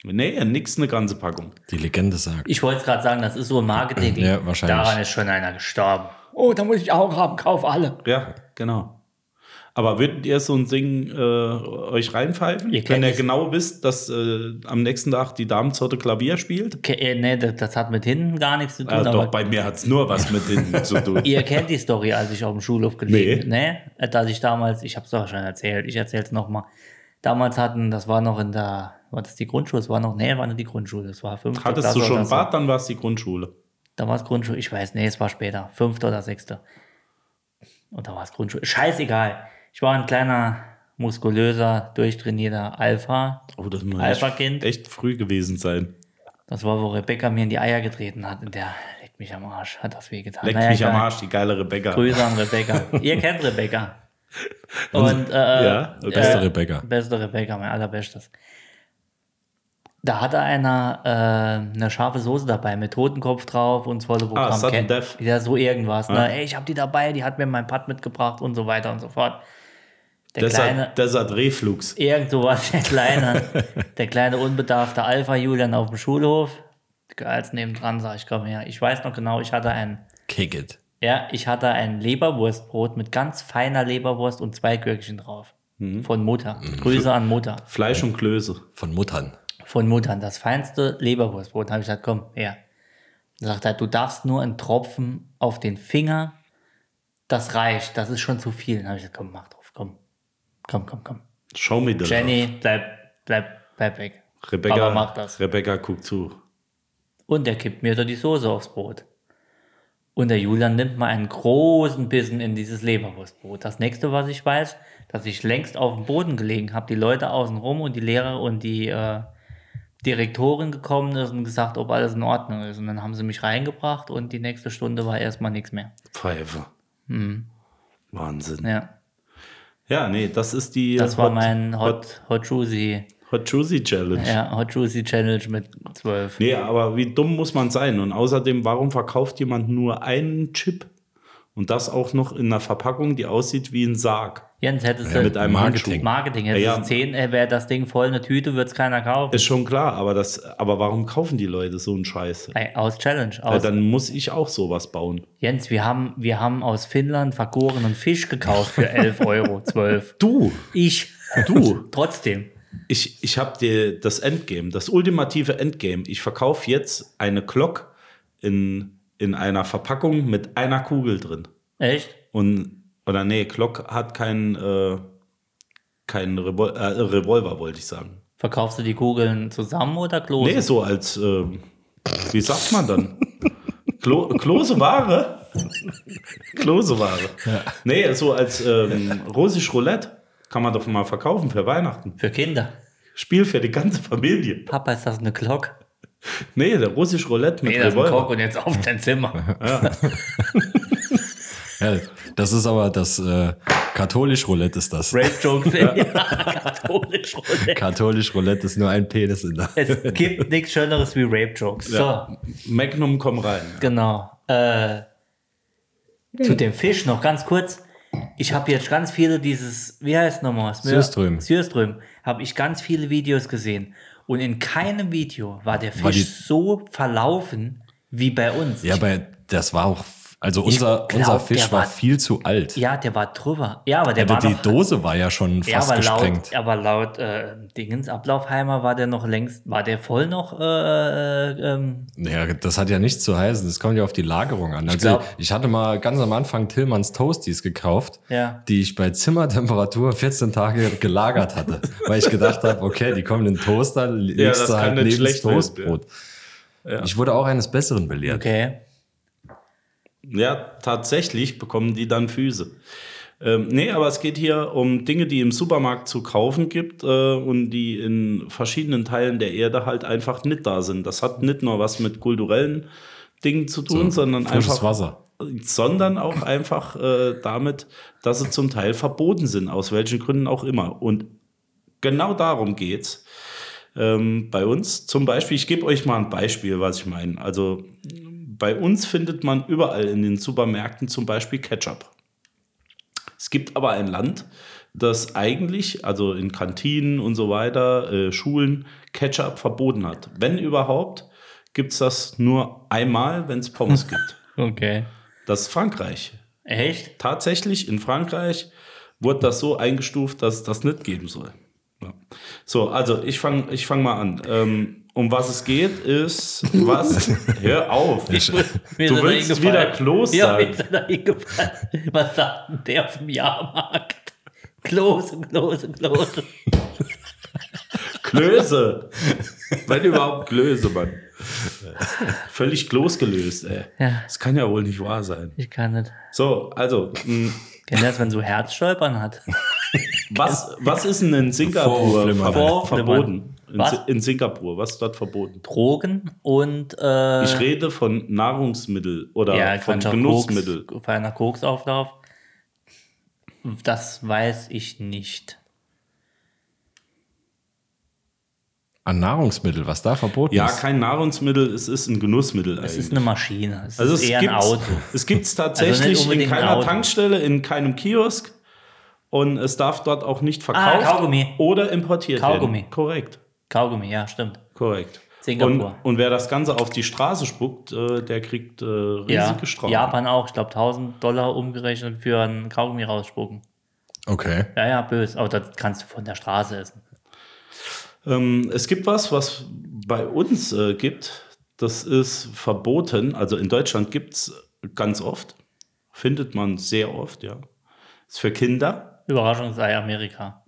C: Nee, nix eine ganze Packung.
A: Die Legende sagt.
B: Ich wollte es gerade sagen, das ist so ein Marketing.
A: Ja, wahrscheinlich.
B: Daran ist schon einer gestorben. Oh, da muss ich auch haben, kauf alle.
C: Ja, genau. Aber würdet ihr so ein Ding äh, euch reinpfeifen,
B: Ihr kennt
C: wenn ihr
B: es.
C: genau wisst, dass äh, am nächsten Tag die Damenzotte Klavier spielt?
B: Okay, äh, nee, das, das hat mit hinten gar nichts zu tun.
C: Äh,
B: aber
C: doch, bei mir hat es nur was mit denen zu tun.
B: Genau, ihr kennt die Story, als ich auf dem Schulhof gelegen nee. ne? Dass ich damals, ich habe es doch schon erzählt, ich erzähle es nochmal. Damals hatten, das war noch in der, war das die Grundschule? Es war noch, nee, war nicht die Grundschule, das war fünfte
C: Hattest
B: Klasse
C: du schon
B: oder
C: einen
B: so.
C: Bart, dann war es die Grundschule.
B: Da war es Grundschule, ich weiß, nee, es war später, fünfte oder sechste. Und da war es Grundschule. Scheißegal. Ich war ein kleiner, muskulöser, durchtrainierter Alpha.
C: Oh, das muss
B: Alpha-Kind.
C: echt, echt früh gewesen sein.
B: Das war, wo Rebecca mir in die Eier getreten hat. Und der legt mich am Arsch, hat das wehgetan.
C: Leck
B: Ah, Naja,
C: mich am
B: egal.
C: Arsch, die geile Rebecca.
B: Grüße an Rebecca. Ihr kennt Rebecca. Und äh,
C: Ja, okay.
A: Beste Rebecca.
B: Beste Rebecca, mein allerbestes. Da hatte einer äh, eine scharfe Soße dabei mit Totenkopf drauf und das volle Programm.
C: Ah, Sudden
B: Kennt-
C: Death.
B: Ja, so irgendwas. Ne? Ey, ich habe die dabei, die hat mir mein Pad mitgebracht und so weiter und so fort. Der
C: das,
B: kleine,
C: hat, das hat Reflux.
B: irgend sowas, der kleine, der kleine unbedarfte Alpha-Julian auf dem Schulhof. Als nebendran sag ich, komm her. Ich weiß noch genau, ich hatte einen
A: Kick it.
B: ja, ich hatte ein Leberwurstbrot mit ganz feiner Leberwurst und zwei Gürkchen drauf. Von Mutter. Grüße an Mutter.
C: Fleisch und Klöße.
A: Von Muttern.
B: Von Mutter. Das feinste Leberwurstbrot. Da habe ich gesagt, komm, her. Dann sagt er, du darfst nur einen Tropfen auf den Finger. Das reicht. Das ist schon zu viel. Dann habe ich gesagt, komm, mach drauf. Komm. Komm, komm, komm.
C: Show me the
B: Jenny, bleib, bleib, bleib weg.
C: love. Rebecca,
B: Papa macht das.
C: Rebecca guckt zu.
B: Und er kippt mir da die Soße aufs Brot. Und der Julian nimmt mal einen großen Bissen in dieses Leberwurstbrot. Das nächste, was ich weiß, dass ich längst auf dem Boden gelegen habe, die Leute außenrum und die Lehrer und die äh, Direktorin gekommen ist und gesagt, ob alles in Ordnung ist. Und dann haben sie mich reingebracht und die nächste Stunde war erstmal nichts mehr.
C: Pfeife. Wahnsinn. Ja.
B: Hm. Ja,
C: nee, das ist die
B: das war
C: Hot-
B: mein Hot, Hot Juicy,
C: Hot Juicy Challenge.
B: ja, Hot Juicy Challenge mit 12.
C: Nee, aber wie dumm muss man sein? Und außerdem, warum verkauft jemand nur einen Chip? Und das auch noch in einer Verpackung, die aussieht wie ein Sarg.
B: Jens, hättest
C: mit
B: du
C: einem
A: Marketing.
C: Handschuh.
B: Marketing, hättest
C: Ja,
B: du
C: ja.
B: 10, äh, wäre das Ding voll, eine Tüte, wird es keiner kaufen.
C: Ist schon klar, aber, das, aber warum kaufen die Leute so einen Scheiß?
B: Ei, Aus Challenge.
C: Weil
B: Aus,
C: dann muss ich auch sowas bauen.
B: Jens, wir haben, wir haben aus Finnland vergorenen Fisch gekauft für 11 Euro, 12.
C: Du,
B: Ich.
C: Du.
B: Trotzdem.
C: ich, ich habe dir das Endgame, das ultimative Endgame. Ich verkaufe jetzt eine Glock in, in einer Verpackung mit einer Kugel drin.
B: Echt?
C: Und, oder nee, Glock hat keinen äh, kein Revol äh, Revolver, wollte ich sagen.
B: Verkaufst du die Kugeln zusammen oder Klose?
C: äh, Nee, so als, ähm, wie sagt man dann? Klo, Klose Ware? Klose Ware. Nee, so als ähm, russisch Roulette kann man doch mal verkaufen für Weihnachten.
B: Für Kinder.
C: Spiel für die ganze Familie.
B: Papa, ist das eine Glock?
C: Nee, der russisch Roulette mit
B: Nee, das ist ein Kork
C: Revolver.
B: und jetzt auf dein Zimmer.
A: Ja, das ist aber das äh, katholisch Roulette ist das.
B: Rape Jokes in katholisch Roulette.
A: Katholisch Roulette ist nur ein Penis in der.
B: Es gibt nichts Schöneres wie Rape Jokes. So,
C: Magnum, komm rein.
B: genau. Äh, zu dem Fisch noch ganz kurz. Ich habe jetzt ganz viele dieses, wie heißt nochmal?
A: Sjöström.
B: Sjöström. Habe ich ganz viele Videos gesehen. Und in keinem Video war der Fisch
A: War die-
B: so verlaufen wie bei uns.
A: Ja,
B: Ich-
A: aber das war auch. Also unser,
B: glaub,
A: unser
B: der
A: Fisch war
B: war-
A: viel zu alt.
B: ja, der war drüber. Ja, aber der
A: Also
B: war
A: die
B: noch,
A: Dose war ja schon
B: Ja,
A: fast
B: aber
A: gesprengt.
B: laut, aber laut äh, Dingens Ablaufheimer war der noch längst, war der voll noch äh, äh, ähm,
A: Ja, das hat ja nichts zu heißen. Das kommt ja auf die Lagerung an. Also ich,
B: glaub-
A: hatte mal ganz am Anfang Tillmanns Toasties gekauft,
B: Ja.
A: die ich bei Zimmertemperatur 14 Tage gelagert hatte, weil ich gedacht habe, okay, die kommen in den Toaster, ja,
C: das
A: legst du
C: kann
A: halt
C: nicht
A: neben das
C: schlecht werden,
A: Toastbrot. Ich wurde auch eines Besseren belehrt.
B: Okay.
C: Ja, tatsächlich bekommen die dann Füße. Ähm, nee, aber es geht hier um Dinge, die im Supermarkt zu kaufen gibt äh, und die in verschiedenen Teilen der Erde halt einfach nicht da sind. Das hat nicht nur was mit kulturellen Dingen zu tun, sondern
A: frisches
C: einfach
A: Wasser.
C: sondern auch einfach äh, damit, dass sie zum Teil verboten sind, aus welchen Gründen auch immer. Und genau darum geht's ähm, bei uns. Zum Beispiel, ich gebe euch mal ein Beispiel, was ich meine. Also bei uns findet man überall in den Supermärkten zum Beispiel Ketchup. Es gibt aber ein Land, das eigentlich, also in Kantinen und so weiter, äh, Schulen, Ketchup verboten hat. Wenn überhaupt, gibt's das nur einmal, wenn es Pommes gibt.
B: Okay.
C: Das ist Frankreich.
B: Echt?
C: Tatsächlich in Frankreich wurde das so eingestuft, dass es das nicht geben soll. Ja. So, also ich fange ich fang mal an. Ähm, um was es geht, ist was? Hör auf!
B: Mir
C: Du
B: ist er da
C: willst
B: eingefallen.
C: wieder Klos
B: Ja,
C: sagen.
B: mir ist er da eingefallen. Was sagt denn der auf dem Jahrmarkt? Klose, Klose, Klose.
C: Klöße! Wenn überhaupt Klöße, Mann. Völlig losgelöst, ey.
B: Ja.
C: Das kann ja wohl nicht wahr sein.
B: Ich kann nicht.
C: So, also, mh,
B: Kennt ihr das, wenn so Herzstolpern hat?
C: was, was ist denn in Singapur
A: Vorflimmern.
C: ver
B: Vorflimmern.
C: verboten? In,
B: Was?
C: Si- in Singapur, was ist dort verboten?
B: Drogen und äh,
C: Ich rede von Nahrungsmittel oder
B: ja,
C: von
B: Quatsch, auch
C: Genussmittel.
B: Koks, feiner Koksauflauf. Das weiß ich nicht.
A: An Nahrungsmittel, was da verboten
C: Ja,
A: ist.
C: kein Nahrungsmittel, es ist ein Genussmittel
B: Es
C: eigentlich.
B: ist eine Maschine. Es
C: also
B: ist
C: es
B: eher ein
C: gibt's,
B: Auto.
C: Es gibt es
B: Also
C: tatsächlich
B: nicht
C: in
B: unbedingt ein
C: keiner
B: Auto.
C: Tankstelle, in keinem Kiosk und es darf dort auch nicht verkauft
B: Ah, Kaugummi.
C: oder importiert
B: Kaugummi.
C: werden. Korrekt,
B: Kaugummi, ja, stimmt.
C: korrekt.
B: Singapur.
C: Und, und wer das Ganze auf die Straße spuckt, äh, der kriegt äh, riesige
B: Ja.
C: Strafen.
B: Japan auch, ich glaube 1000 Dollar umgerechnet für einen Kaugummi rausspucken.
A: Okay.
B: Ja, ja, böse. Aber das kannst du von der Straße essen.
C: Ähm, es gibt was, was bei uns äh, gibt, das ist verboten. Also in Deutschland gibt es ganz oft, findet man sehr oft, ja. Ist für Kinder.
B: Überraschungsei Amerika.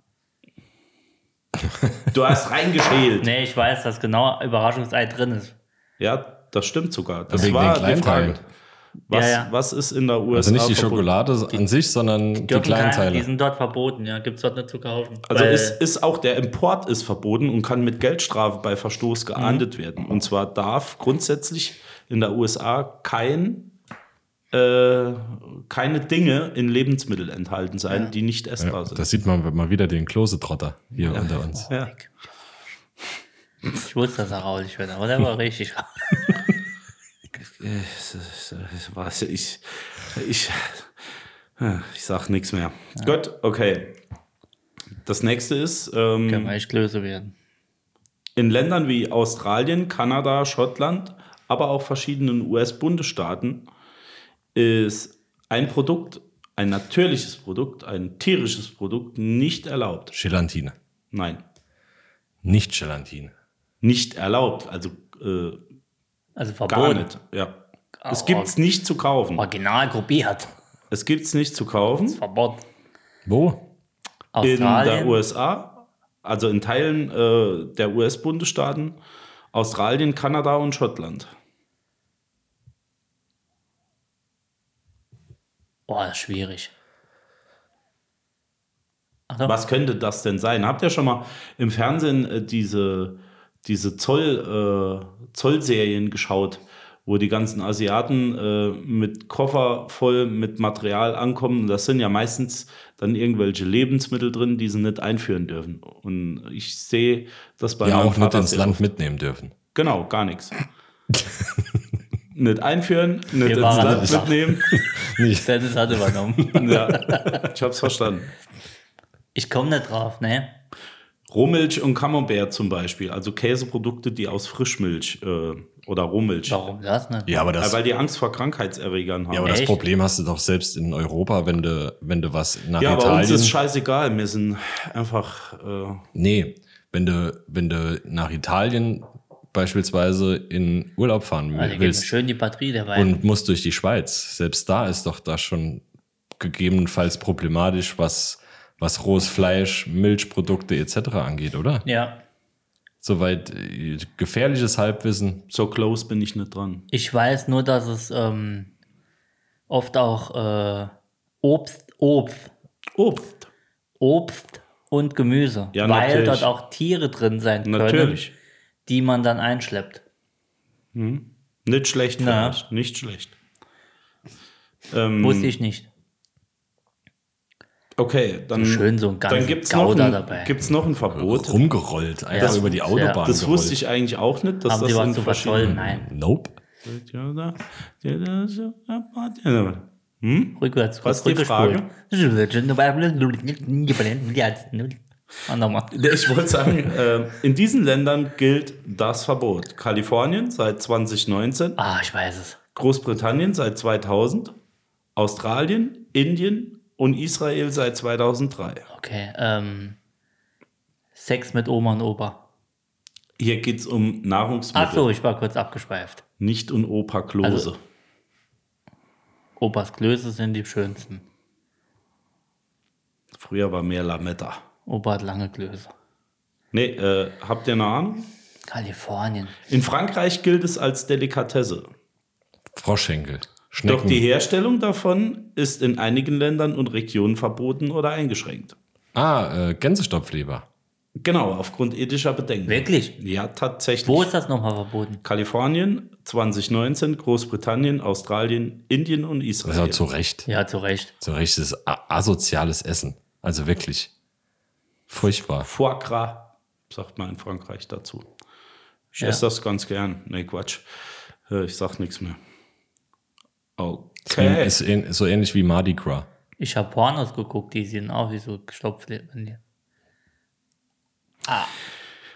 C: Du hast reingeschält.
B: Nee, ich weiß, dass genau Überraschungsei drin ist.
C: Ja, das stimmt sogar. Das
A: Wegen den
C: war die Frage.
A: Kleinteilen.
C: Was,
B: Ja, ja.
C: was ist in der USA
A: Also nicht die
C: verboten?
A: Schokolade an sich, sondern die,
B: Dürfen
A: kleinen
B: keine,
A: Teile.
B: Die sind dort verboten, ja. Gibt es dort nicht zu kaufen.
C: Also
B: Weil-
C: ist, ist auch der Import ist verboten und kann mit Geldstrafe bei Verstoß geahndet werden. Und zwar darf grundsätzlich in der USA kein, äh, keine Dinge in Lebensmittel enthalten sein, die nicht essbar
A: Ja,
C: sind.
A: das sieht man wenn man wieder den Klosetrotter hier unter uns.
C: ja.
B: ich wusste, dass er raulig wird, aber der war richtig.
C: Was, ich, ich, ich sag nichts mehr. Gut, okay. Das nächste ist, ähm,
B: Können wir echt Klöße werden.
C: In Ländern wie Australien, Kanada, Schottland, aber auch verschiedenen US-Bundesstaaten ist ein Produkt, ein natürliches Produkt, ein tierisches Produkt nicht erlaubt.
A: Gelatine.
C: Nein,
A: Nicht Gelatine.
C: nicht erlaubt, also äh,
B: Also
C: gar
B: verboten.
C: nicht. Ja. Es gibt es nicht zu kaufen.
B: Original kopiert.
C: Es gibt es nicht zu kaufen
B: Verboten.
A: Wo?
C: in der
B: Australien.
C: USA, also in Teilen äh, der US-Bundesstaaten, Australien, Kanada und Schottland.
B: Boah, ist schwierig. Achtung.
C: Was könnte das denn sein? Habt ihr schon mal im Fernsehen äh, diese, diese Zoll, äh, Zollserien geschaut, wo die ganzen Asiaten äh, mit Koffer voll mit Material ankommen? Das sind ja meistens dann irgendwelche Lebensmittel drin, die sie nicht einführen dürfen. Und ich sehe das bei
A: Ja,
C: meinem
A: auch nicht
C: Vater
A: ins
C: sehr
A: Land
C: oft.
A: mitnehmen dürfen.
C: Genau, gar nichts. nicht einführen, nicht ins
B: waren
C: Land
B: es auch.
C: mitnehmen.
B: Dennis hat übernommen.
C: ja, ich hab's verstanden.
B: Ich komme nicht drauf, ne?
C: Rohmilch und Camembert zum Beispiel, also Käseprodukte, die aus Frischmilch äh, oder Rohmilch,
B: Warum das ne? nicht?
A: Ja, aber das,
C: Ja, weil die Angst vor Krankheitserregern haben.
A: ja,
C: Ja,
A: aber
C: aber,
A: das
B: Echt?
A: Problem hast du doch selbst in Europa, wenn du, wenn du was nach Italien.
C: uns ist scheißegal, wir sind einfach äh,
A: Nee, wenn du, wenn du nach Italien beispielsweise in Urlaub fahren
B: Also, gib mir
A: willst
B: schön die Batterie dabei.
A: und musst durch die Schweiz, selbst da ist doch das schon gegebenenfalls problematisch, was, was rohes Fleisch, Milchprodukte etc. angeht, oder?
B: ja,
A: Soweit äh, gefährliches Halbwissen.
C: so close bin ich nicht dran.
B: ich weiß nur, dass es ähm, oft auch äh, Obst, Obst,
C: Obst,
B: Obst und Gemüse,
C: Ja,
B: weil
C: natürlich.
B: dort auch Tiere drin sein können,
C: natürlich.
B: die man dann einschleppt.
C: Nicht schlecht,
B: Na.
C: vielleicht. nicht schlecht. Ähm,
B: Wusste ich nicht.
C: Okay, dann,
B: Schön so ein ganzen
C: dann gibt's noch,
B: Gouda
C: ein,
B: dabei.
C: gibt's noch ein Verbot.
A: Rumgerollt, einfach
B: Ja.
A: über die Autobahn.
C: Das
A: gerollt.
C: wusste ich eigentlich auch nicht, dass
B: Haben die
C: das
B: was
C: in
B: zu verzollen?
C: verschiedenen...
B: Nein.
A: Nope.
B: Rückwärts.
C: Was ist die Frage?
B: Frage? Mach nochmal.
C: Ich wollte sagen, äh, in diesen Ländern gilt das Verbot. Kalifornien seit 2019,
B: Ah, ich weiß es.
C: Großbritannien seit 2000, Australien, Indien und Israel seit 2003.
B: Okay. Ähm, Sex mit Oma und Opa.
C: Hier geht es um Nahrungsmittel,
B: Ach so, ich war kurz abgeschweift.
C: nicht um Opa Klose.
B: Also- Opas Klöße sind die schönsten.
C: Früher war mehr Lametta.
B: Opa hat lange Klöße.
C: Nee, äh, habt ihr eine Ahnung?
B: Kalifornien.
C: In Frankreich gilt es als Delikatesse.
A: Froschenkel. Schnecken.
C: Doch die Herstellung davon ist in einigen Ländern und Regionen verboten oder eingeschränkt.
A: ah, äh, Gänsestopfleber.
C: Genau, aufgrund ethischer Bedenken.
B: Wirklich?
C: Ja, tatsächlich.
B: Wo ist das nochmal verboten?
C: Kalifornien 2019, Großbritannien, Australien, Indien und
A: Das ist ja
C: Israel.
A: zu Recht.
B: Ja, zu Recht.
A: Zu Recht ist a- asoziales Essen. Also wirklich. Furchtbar.
C: Foie gras, sagt man in Frankreich dazu. Ich
B: Ja.
C: esse das ganz gern. Nee, Quatsch. Äh, Ich sag nichts mehr.
A: Okay.
C: Okay.
A: Ist ähn- so ähnlich wie Mardi Gras.
B: Ich habe Pornos geguckt, die sehen auch wie so Stopfleben.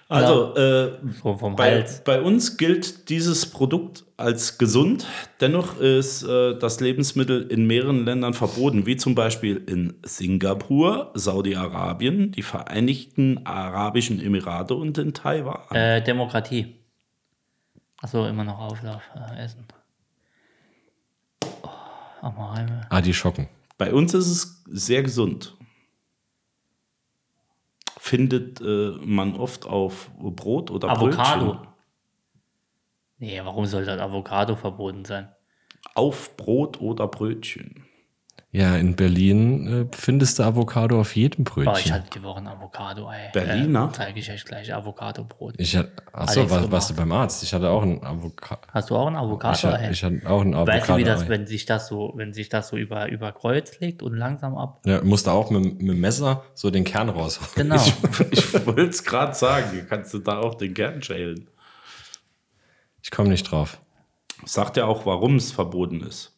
C: Also, äh,
B: So vom
C: bei,
B: Hals.
C: bei uns gilt dieses Produkt als gesund. Dennoch ist äh, das Lebensmittel in mehreren Ländern verboten, wie zum Beispiel in Singapur, Saudi-Arabien, die Vereinigten Arabischen Emirate und in Taiwan.
B: Äh, Demokratie. Achso, immer noch Auflauf. Äh, Essen. Oh, auch mal rein.
A: Ah, die Schocken.
C: Bei uns ist es sehr gesund. Findet äh, man oft auf Brot oder
B: Avocado.
C: Brötchen.
B: Nee, warum soll das Avocado verboten sein?
C: Auf Brot oder Brötchen.
A: Ja, in Berlin äh, findest du Avocado auf jedem
B: Boah, ich
A: Brötchen.
B: hatte die Woche ein Avocado-Ei.
C: Berliner?
B: Äh, Zeige ich euch gleich. Avocado-Brot.
A: Ich hatte, achso,
B: Alex
A: war,
B: gemacht.
A: warst du beim Arzt? Ich hatte auch ein Avocado.
B: Hast du auch ein
A: Ich, hatte-
B: Avocado-Ei?
A: ich hatte auch ein Avocado.
B: Weißt du, wie das, wenn sich das so, wenn sich das so über, über Kreuz legt und langsam ab?
A: ja, ne, musste auch mit, mit dem Messer so den Kern rausholen.
B: Genau.
C: Ich wollte es gerade sagen, hier kannst du da auch den Kern schälen.
A: Ich komme nicht drauf.
C: Sagt ja auch, warum es verboten ist.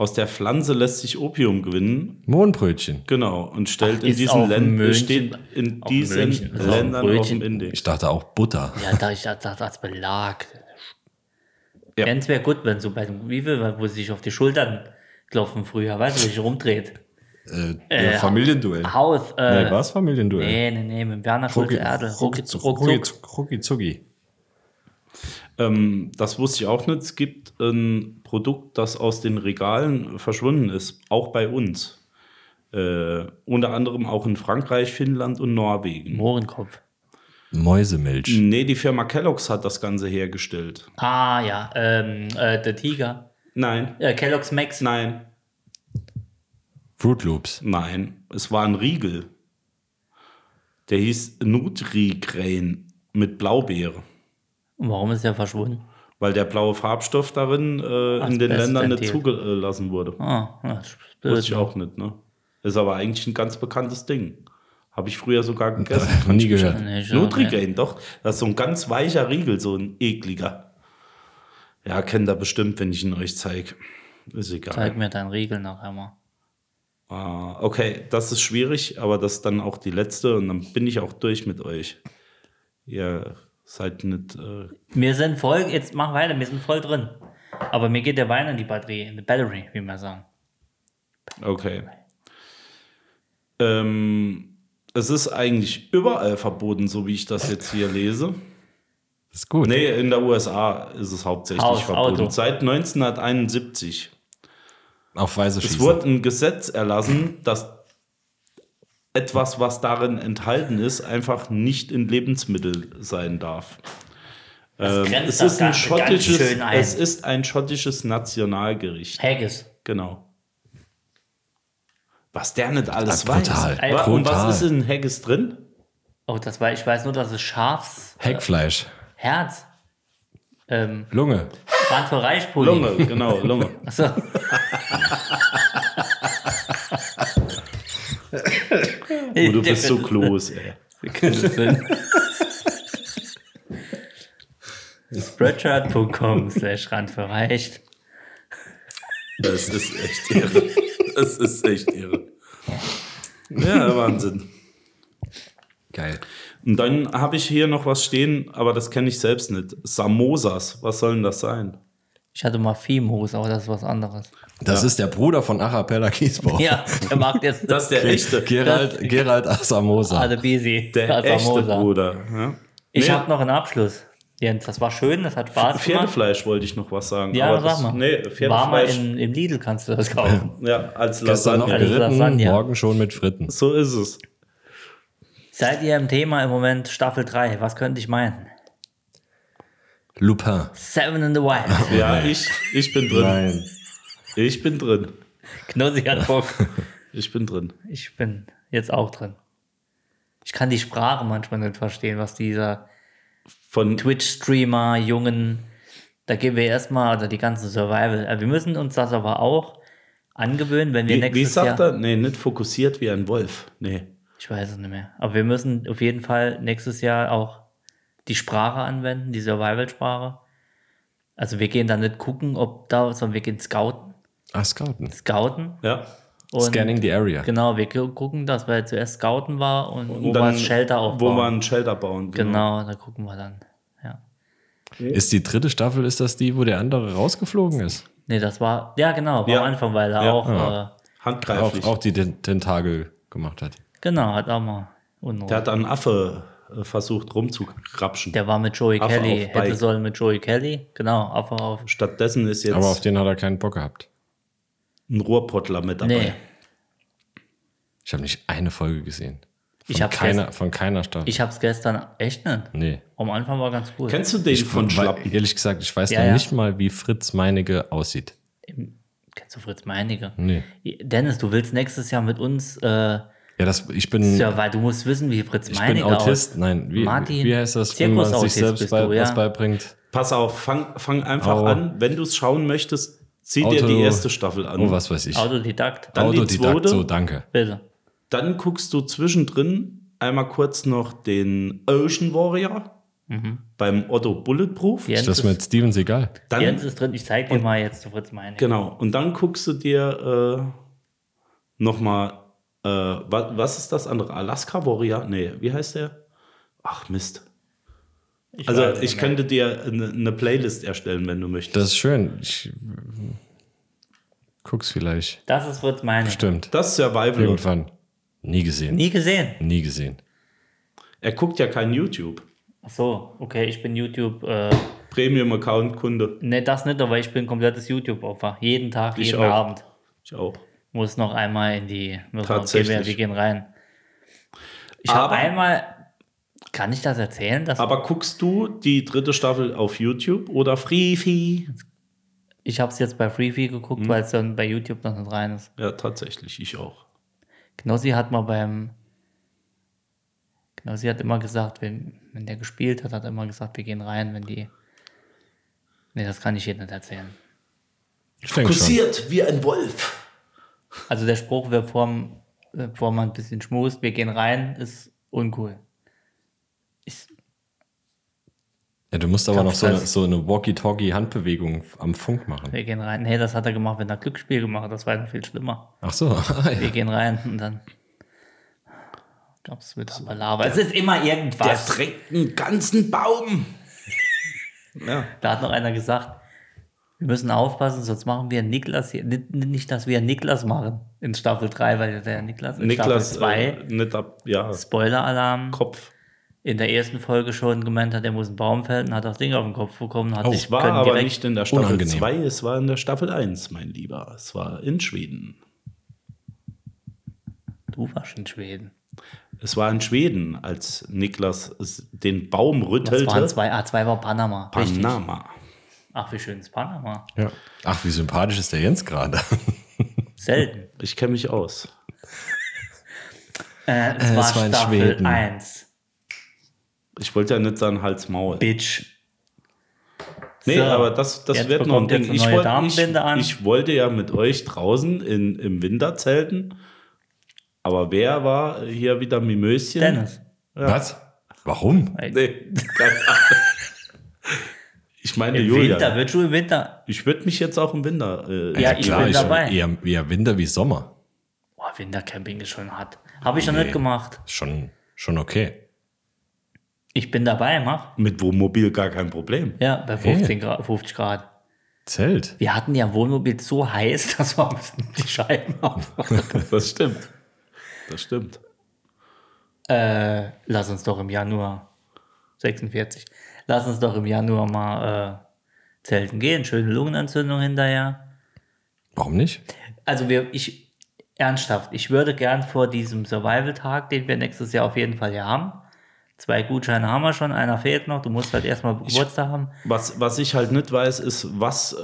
C: Aus der Pflanze lässt sich Opium gewinnen,
A: Mohnbrötchen.
C: genau, und stellt
B: Ach,
C: in
B: ist auf
C: diesen
B: dem
C: Ländern
B: Möhnchen-
C: steht in
B: auf dem
C: diesen
B: Möhnchen, ist auf dem
C: Ländern auf
B: Brötchen.
C: dem Index.
A: Ich dachte auch Butter.
B: ja, da ich das, das als Belag.
C: Ja.
B: Ganz wäre gut, wenn so bei dem wie viel, wo sie sich auf die Schultern klopfen früher, weißt du, wie sich rumdreht.
A: Äh, ja, Familienduell.
B: Haus, äh,
A: nee, war es Familienduell?
B: Nee, nee, nee, mit Werner Schulze Erdel. Rucki,
A: Rucki-
B: zuck, ruck,
A: Rucki- Rucki- Zucki.
C: Ähm, das wusste ich auch nicht. Es gibt ein Produkt, das aus den Regalen verschwunden ist, auch bei uns. Äh, unter anderem auch in Frankreich, Finnland und Norwegen.
B: Mohrenkopf. Hm.
A: Mäusemilch.
C: Nee, die Firma Kellogg's hat das Ganze hergestellt.
B: Ah, ja, ähm, äh, der Tiger.
C: Nein,
B: Äh, Kellogg's Max.
C: nein.
A: Fruit Loops.
C: Nein, es war ein Riegel. Der hieß Nutri-Grain mit Blaubeere,
B: Warum ist er verschwunden?
C: weil der blaue Farbstoff darin äh,
B: Als
C: in den
B: Best
C: Ländern nicht
B: enthielt.
C: zugelassen wurde.
B: Ah, das
C: Wusste ich auch nicht, ne? Ist aber eigentlich ein ganz bekanntes Ding. Habe ich früher sogar gegessen.
A: Noch nie gehört.
B: Nee, ich auch nicht.
C: Nutrigrain, doch. Das ist so ein ganz weicher Riegel, so ein ekliger. Ja, kennt ihr bestimmt, wenn ich ihn euch zeige. Ist egal.
B: Zeig mir deinen Riegel noch einmal.
C: Ah, okay, das ist schwierig, aber das ist dann auch die letzte und dann bin ich auch durch mit euch. Ihr seid nicht. Äh,
B: Wir sind voll, jetzt mach weiter, wir sind voll drin. Aber mir geht der Wein in die Batterie, in die Battery, wie man sagen.
C: okay. Ähm, es ist eigentlich überall verboten, so wie ich das jetzt hier lese.
A: Das ist gut.
C: Nee, in der USA ist es hauptsächlich
B: Haus,
C: verboten.
B: Auto.
C: Seit 1971.
A: Auf Weise
C: Es
A: schießen.
C: wurde ein Gesetz erlassen, dass etwas, was darin enthalten ist, einfach nicht in Lebensmittel sein darf. Ähm,
B: grenzt
C: es,
B: das
C: ist ein
B: Ganze ganz
C: schottisches,
B: schön ein.
C: es ist ein schottisches Nationalgericht.
B: Haggis.
C: Genau. Was der nicht alles
A: Ah, brutal.
C: weiß. Wa- Und
A: Brutal.
C: was ist in Haggis drin?
B: Oh, das war, ich weiß nur, dass es Schafsherz,
A: Heckfleisch.
B: ähm,
A: Lunge.
B: Brand für Reichpulli.
C: Lunge, genau, Lunge.
B: Achso,
C: Oh, du bist so close, ey.
B: Spreadshirt.com slash Rand für Reicht.
C: Das ist echt irre. Das ist echt irre. Ja, Wahnsinn.
A: Geil.
C: Und dann habe ich hier noch was stehen, aber das kenne ich selbst nicht. Samosas, was soll denn das sein?
B: Ich hatte mal Fimos, aber das ist was anderes.
A: Das ist der Bruder von Arapella Kiesbau.
B: Ja, der mag jetzt
C: Das ist der echte,
A: Gerald, Gerald
B: Ah,
A: Asamosa.
B: Adebisi.
C: der
B: also
C: echte
B: Moser.
C: Bruder. Ja?
B: Ich
C: Nee.
B: habe noch einen Abschluss. Jens, das war schön, das hat Spaß gemacht.
C: Pferdefleisch wollte ich noch was sagen.
B: Ja,
C: aber
B: sag
C: das,
B: mal.
C: Nee,
B: war mal
C: Pferdefleisch.
B: in, im Lidl kannst du das kaufen.
C: Ja, als
A: Gestern noch
C: Lasagne.
B: Alles
A: geritten,
B: Lasagne.
A: morgen schon mit Fritten.
C: So ist es.
B: Seid ihr im Thema im Moment Staffel 3? Was könnte ich meinen?
A: Lupin.
B: Seven in the Wild.
C: Ja, ich, ich bin drin.
A: Nein.
C: Ich bin drin.
B: Knossi hat Bock.
C: Ich bin drin.
B: Ich bin jetzt auch drin. Ich kann die Sprache manchmal nicht verstehen, was dieser
C: Von
B: Twitch-Streamer, Jungen, da gehen wir erstmal, oder die ganzen Survival. Äh, Wir müssen uns das aber auch angewöhnen, wenn wir
C: wie, wie
B: nächstes Jahr.
C: sagt er? Nee, nicht fokussiert wie ein Wolf. Nee.
B: Ich weiß es nicht mehr. Aber wir müssen auf jeden Fall nächstes Jahr auch die Sprache anwenden, die Survival-Sprache. Also wir gehen da nicht gucken, ob da, sondern wir gehen scouten.
A: Ah, Scouten.
B: Scouten.
C: Ja.
B: Und
A: Scanning the area.
B: Genau, wir gu- gucken, dass wir zuerst scouten war und,
C: Und
B: wo wir
C: dann-
B: das Shelter aufbauen.
C: Wo wir ein Shelter bauen.
B: genau, da gucken wir dann. Ja.
A: Ist die dritte Staffel, ist das die, wo der andere rausgeflogen ist?
B: Nee, das war, ja genau, war
C: Ja.
B: am Anfang, weil er
C: Ja.
B: auch,
A: Ja.
B: Äh,
A: Auch,
C: Handgreiflich.
A: auch die den Tentakel gemacht hat.
B: genau, hat auch mal Unruhe.
C: Der hat einen Affe äh, versucht rumzukrapschen.
B: Der war mit Joey
C: Affe
B: Kelly,
C: auf Bike.
B: hätte sollen mit Joey Kelly, genau, Affe auf,
C: Stattdessen ist jetzt.
A: Aber auf den hat er keinen Bock gehabt.
C: ein Ruhrpottler mit dabei.
B: nee,
A: Ich habe nicht eine Folge gesehen. Von
B: Ich hab
A: keiner, von keiner Staffel.
B: ich hab's gestern, echt nicht?
A: nee.
B: Am Anfang war ganz cool.
C: Kennst du den von Schlappen?
A: Weil, ehrlich gesagt, ich weiß
B: Ja,
A: noch
B: ja.
A: nicht mal, wie Fritz Meinecke aussieht.
B: Kennst du Fritz Meinecke?
A: Nee.
B: Dennis, du willst nächstes Jahr mit uns äh,
A: Ja, das, ich bin,
B: Survival. Du musst wissen, wie Fritz
A: ich bin
B: Meinecke
A: Autist.
B: aus-
A: Nein, wie,
B: Martin,
A: wie heißt das, wenn man sich
B: Zirkusautist
A: selbst
B: bist
A: bei,
B: du, ja.
A: was beibringt?
C: Pass auf, fang, fang einfach
A: Au.
C: an. Wenn du es schauen möchtest, zieh dir
A: Auto-
C: die erste Staffel an.
A: Oh, was weiß ich.
B: Autodidakt.
C: Dann die zweite.
A: so danke.
B: Bitte.
C: Dann guckst du zwischendrin einmal kurz noch den Ocean Warrior beim Otto Bulletproof.
B: Mhm. Jens
A: Ist das mit Steven Seagal?
C: Dann,
B: Jens ist drin. Ich zeig dir mal jetzt zu Fritz Meinecke.
C: Genau. Und dann guckst du dir äh, nochmal, äh, was, was ist das andere? Alaska Warrior? Nee, wie heißt der? Ach, Mist.
B: weiß
C: also,
B: es
C: ich
B: nicht.
C: könnte dir eine eine Playlist erstellen, wenn du möchtest.
A: Das ist schön. Ich guck's vielleicht.
B: Das ist Fritz Meinecke.
A: Stimmt.
C: Das ist Survival.
A: Irgendwann. Nie gesehen. Nie,
B: Nie gesehen.
A: gesehen.
C: Er guckt ja kein YouTube.
B: Ach so, okay, ich bin YouTube. Äh,
C: Premium-Account-Kunde.
B: ne, das nicht, aber ich bin komplettes YouTube-Opfer. Jeden Tag,
C: Ich
B: jeden
C: auch.
B: Abend.
C: Ich auch.
B: Muss noch einmal in die. Muss
C: Tatsächlich.
B: Noch, gehen wir, wir gehen rein. Ich habe
C: Aber-
B: einmal. Kann ich das erzählen? Das
C: Aber guckst du die dritte Staffel auf YouTube oder Freefee?
B: Ich habe es jetzt bei Freeview
C: Hm?
B: geguckt, weil es dann bei YouTube noch nicht rein ist.
C: Ja, tatsächlich, ich auch.
B: Knossi hat mal beim. Knossi hat immer gesagt, wenn, wenn der gespielt hat, hat er immer gesagt, wir gehen rein, wenn die. Nee, das kann ich jedem nicht erzählen.
A: Ich denke schon.
C: wie ein Wolf.
B: Also der Spruch, wer vorm, äh, bevor man ein bisschen schmust, wir gehen rein, ist uncool. Ich,
A: Ja, du musst aber noch so eine,
B: Kampfpreis.
A: so eine Walkie-Talkie-Handbewegung am Funk machen.
B: wir gehen rein. Nee, das hat er gemacht, wenn er Glücksspiel gemacht hat. Das war noch viel schlimmer.
A: Ach so. Ah,
B: Wir
A: ja.
B: gehen rein und dann gab's wieder Lava. Es ist immer
C: Der
B: irgendwas.
C: trägt einen ganzen Baum. ja.
B: Da hat noch einer gesagt, wir müssen aufpassen, sonst machen wir Niklas hier. Nicht, nicht, dass wir Niklas machen in Staffel 3, weil der Niklas in
C: Niklas,
B: Staffel
C: äh,
B: 2,
C: nicht ab, ja,
B: Spoiler-Alarm,
C: Kopf.
B: in der ersten Folge schon gemeint hat, er muss einen Baum fällen, hat das Ding auf den Kopf bekommen, hat sich
C: Es war
B: Oh, können
C: aber
B: direkt
C: nicht in der Staffel
A: unangenehm.
C: 2, es war in der Staffel 1, mein Lieber. Es war in Schweden.
B: Du warst in Schweden.
C: Es war in Schweden, als Niklas es- den Baum
B: Das waren
C: rüttelte.
B: zwei, ah, zwei war Panama. Richtig.
C: Panama.
B: Ach, wie schön ist Panama.
A: ja. Ach, wie sympathisch ist der Jens gerade.
B: Selten.
C: Ich kenne mich aus.
B: Äh, es,
A: Äh,
B: war
A: es war in
B: Staffel
A: Schweden.
B: 1.
C: Ich wollte ja nicht sagen Hals-Maul.
B: Bitch.
C: Nee,
B: So,
C: aber das, das
B: jetzt
C: wird noch ein
B: bekommt jetzt
C: Ding.
B: eine
C: Ich,
B: neue
C: wollte-
B: Damenbinde an.
C: ich, ich wollte ja mit euch draußen in, im Winter zelten. Aber wer war hier wieder Mimöschen?
B: Dennis.
A: Was? Warum?
C: Nee, keine Ahnung. ich meine,
B: Im
C: Julia.
B: Winter, wird schon im Winter.
C: Ich würde mich jetzt auch im Winter. Äh,
B: Ja, ich bin dabei.
A: Eher, eher Winter wie Sommer.
B: Boah, Wintercamping ist schon hart. Habe ich noch nicht gemacht.
A: Schon, schon okay.
B: Ich bin dabei, mach.
C: Mit Wohnmobil gar kein Problem.
B: Ja, bei 15 Grad, 50 Grad.
A: Zelt.
B: Wir hatten ja im Wohnmobil so heiß, dass wir mussten die Scheiben aufmachen.
C: Das stimmt. Das stimmt.
B: äh, lass uns doch im Januar 46. Lass uns doch im Januar mal äh, zelten gehen. Schöne Lungenentzündung hinterher.
A: Warum nicht?
B: Also wir, ich ernsthaft, ich würde gern vor diesem Survival-Tag, den wir nächstes Jahr auf jeden Fall ja haben. Zwei Gutscheine haben wir schon, einer fehlt noch. Du musst halt erstmal Geburtstag haben.
C: Was, was ich halt nicht weiß, ist, was, äh,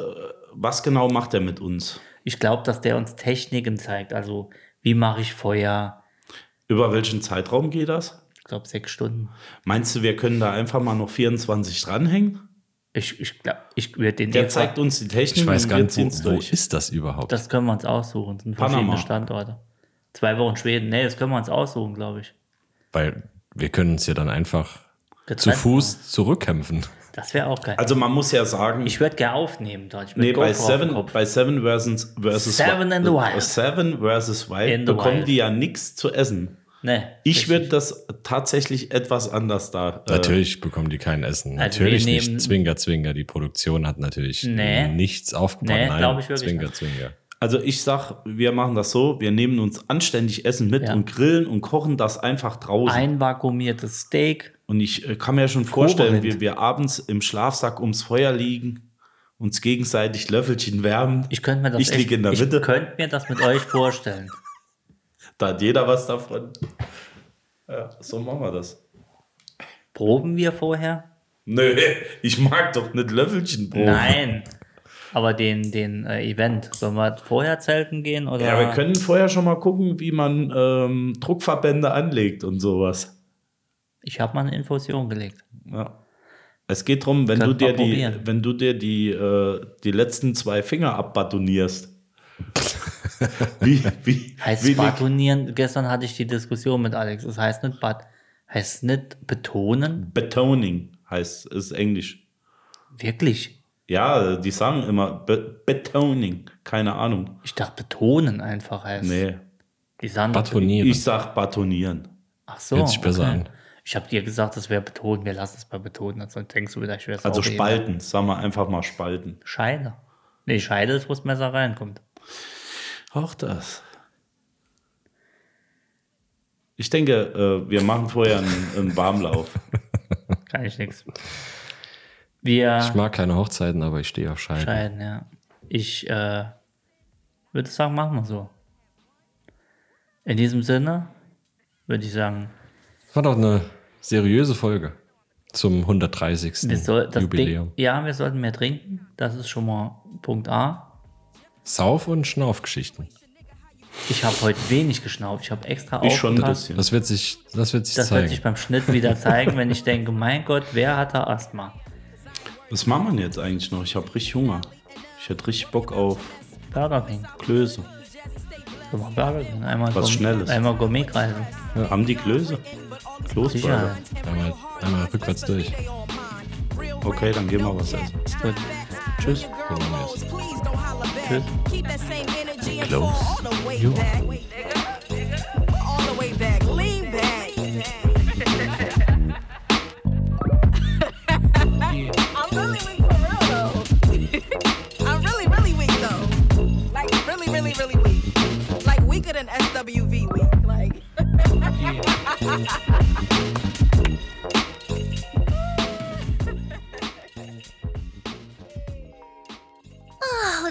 C: was genau macht er mit uns?
B: Ich glaube, dass der uns Techniken zeigt. Also, wie mache ich Feuer?
C: Über welchen Zeitraum geht das?
B: Ich glaube, sechs Stunden.
C: Meinst du, wir können da einfach mal noch 24 dranhängen?
B: Ich, ich glaube, ich würde den
C: Der
B: eh
C: zeigt
B: fra-
C: uns die Technik
A: Ich weiß
C: und
A: gar
C: wir
A: nicht,
C: ziehen's
A: wo, wo
C: durch.
A: ist das überhaupt?
B: Das können wir uns aussuchen. Das sind
C: Panama.
B: verschiedene Standorte. Zwei Wochen Schweden. Nee, das können wir uns aussuchen, glaube ich.
A: Weil wir können uns ja dann einfach zu
B: Getrennt
A: Fuß zurückkämpfen.
B: machen. Das wäre auch geil.
C: Also man muss ja sagen,
B: ich würde gerne aufnehmen dort. Ich würd
C: nee, bei
B: GoPro auf
C: Seven,
B: den Kopf.
C: bei Seven versus, versus
B: Seven in the Wild.
C: Seven versus Wild
B: In the
C: bekommen
B: Wild.
C: die ja nichts zu essen.
B: Nee,
C: Ich würde das tatsächlich etwas anders da. äh,
A: Natürlich bekommen die kein Essen.
B: Also
A: natürlich
B: wir
A: nicht.
B: nehmen-
A: Zwinker, Zwinker. Die Produktion hat natürlich
B: Nee.
A: nichts aufgepackt.
B: Nee,
A: Nein,
B: glaub ich wirklich
A: Zwinker,
B: nicht.
A: Zwinker.
C: Also ich sag, wir machen das so, wir nehmen uns anständig Essen mit
B: Ja.
C: und grillen und kochen das einfach draußen.
B: Ein vakuumiertes Steak.
C: und ich äh, kann mir schon vorstellen,
B: Koberind.
C: wie wir abends im Schlafsack ums Feuer liegen, uns gegenseitig Löffelchen wärmen.
B: Ich könnte mir das
C: Ich
B: echt-
C: liege in der Mitte.
B: Ich könnte mir das mit euch vorstellen.
C: Da hat jeder was davon. Ja, so machen wir das.
B: Proben wir vorher?
C: Nö, ich mag doch nicht Löffelchen Brot.
B: Nein. Aber den, den äh, Event, sollen wir vorher zelten gehen? Oder?
C: Ja, wir können vorher schon mal gucken, wie man ähm, Druckverbände anlegt und sowas.
B: Ich habe mal eine Infusion gelegt.
C: Ja. Es geht darum, wenn, du
B: Könnten
C: dir
B: wir
C: die,
B: probieren.
C: wenn du dir die, äh, die letzten zwei Finger abbatonierst. wie, wie,
B: Heißt
C: wie Nick-
B: batonieren, gestern hatte ich die Diskussion mit Alex, es heißt nicht bat, heißt nicht betonen,
C: Betoning heißt ist Englisch.
B: wirklich.
C: Ja, die sagen immer be Betoning, keine Ahnung.
B: Ich dachte betonen einfach heißt.
C: Nee,
B: Die sagen doch-
A: Batonieren.
C: ich sag batonieren.
B: Ach so.
A: Hört sich besser an.
B: Ich habe dir gesagt, das wäre betonen, wir lassen es bei betonen, sonst denkst du wieder, ich wäre
C: Also spalten, sagen wir einfach mal spalten.
B: Scheide. Nee, Scheide ist, wo das Messer reinkommt.
C: Auch das. Ich denke, äh, wir machen vorher einen, einen Warmlauf.
B: Kann ich nichts. Wir.
A: Ich mag keine Hochzeiten, aber ich stehe auf Scheiden.
B: Scheiden, ja. Ich äh, würde sagen, machen wir so. In diesem Sinne würde ich sagen,
A: War doch eine seriöse Folge zum 130.
B: wir soll, das
A: Hm, Jubiläum.
B: Ding, ja, wir sollten mehr trinken. Das ist schon mal Punkt A.
A: Sauf- und Schnaufgeschichten.
B: Ich habe heute wenig geschnauft. Ich habe extra
C: Ich schon ein
B: aufgepasst.
C: bisschen.
A: Das wird sich, das wird sich
B: Das
A: zeigen.
B: wird sich beim Schnitt wieder zeigen, wenn ich denke, mein Gott, wer hat da Asthma?
C: Was machen wir denn jetzt eigentlich noch? Ich habe richtig Hunger. Ich hätte richtig Bock auf
B: Burger King.
C: Klöße.
B: Guck mal, Burger King. Einmal
C: Was Schnelles.
B: Einmal Gourmetkreise.
C: Haben die Klöße?
B: Sicher.
C: Kloßburger.
A: einmal, einmal rückwärts durch.
C: Okay, dann gehen wir was essen.
B: Gut.
C: Tschüss.
E: Close. You I'm really weak for real though. I'm really, really weak though. Like really, really, really weak. Like weaker than SWV weak. Like.
D: Oh,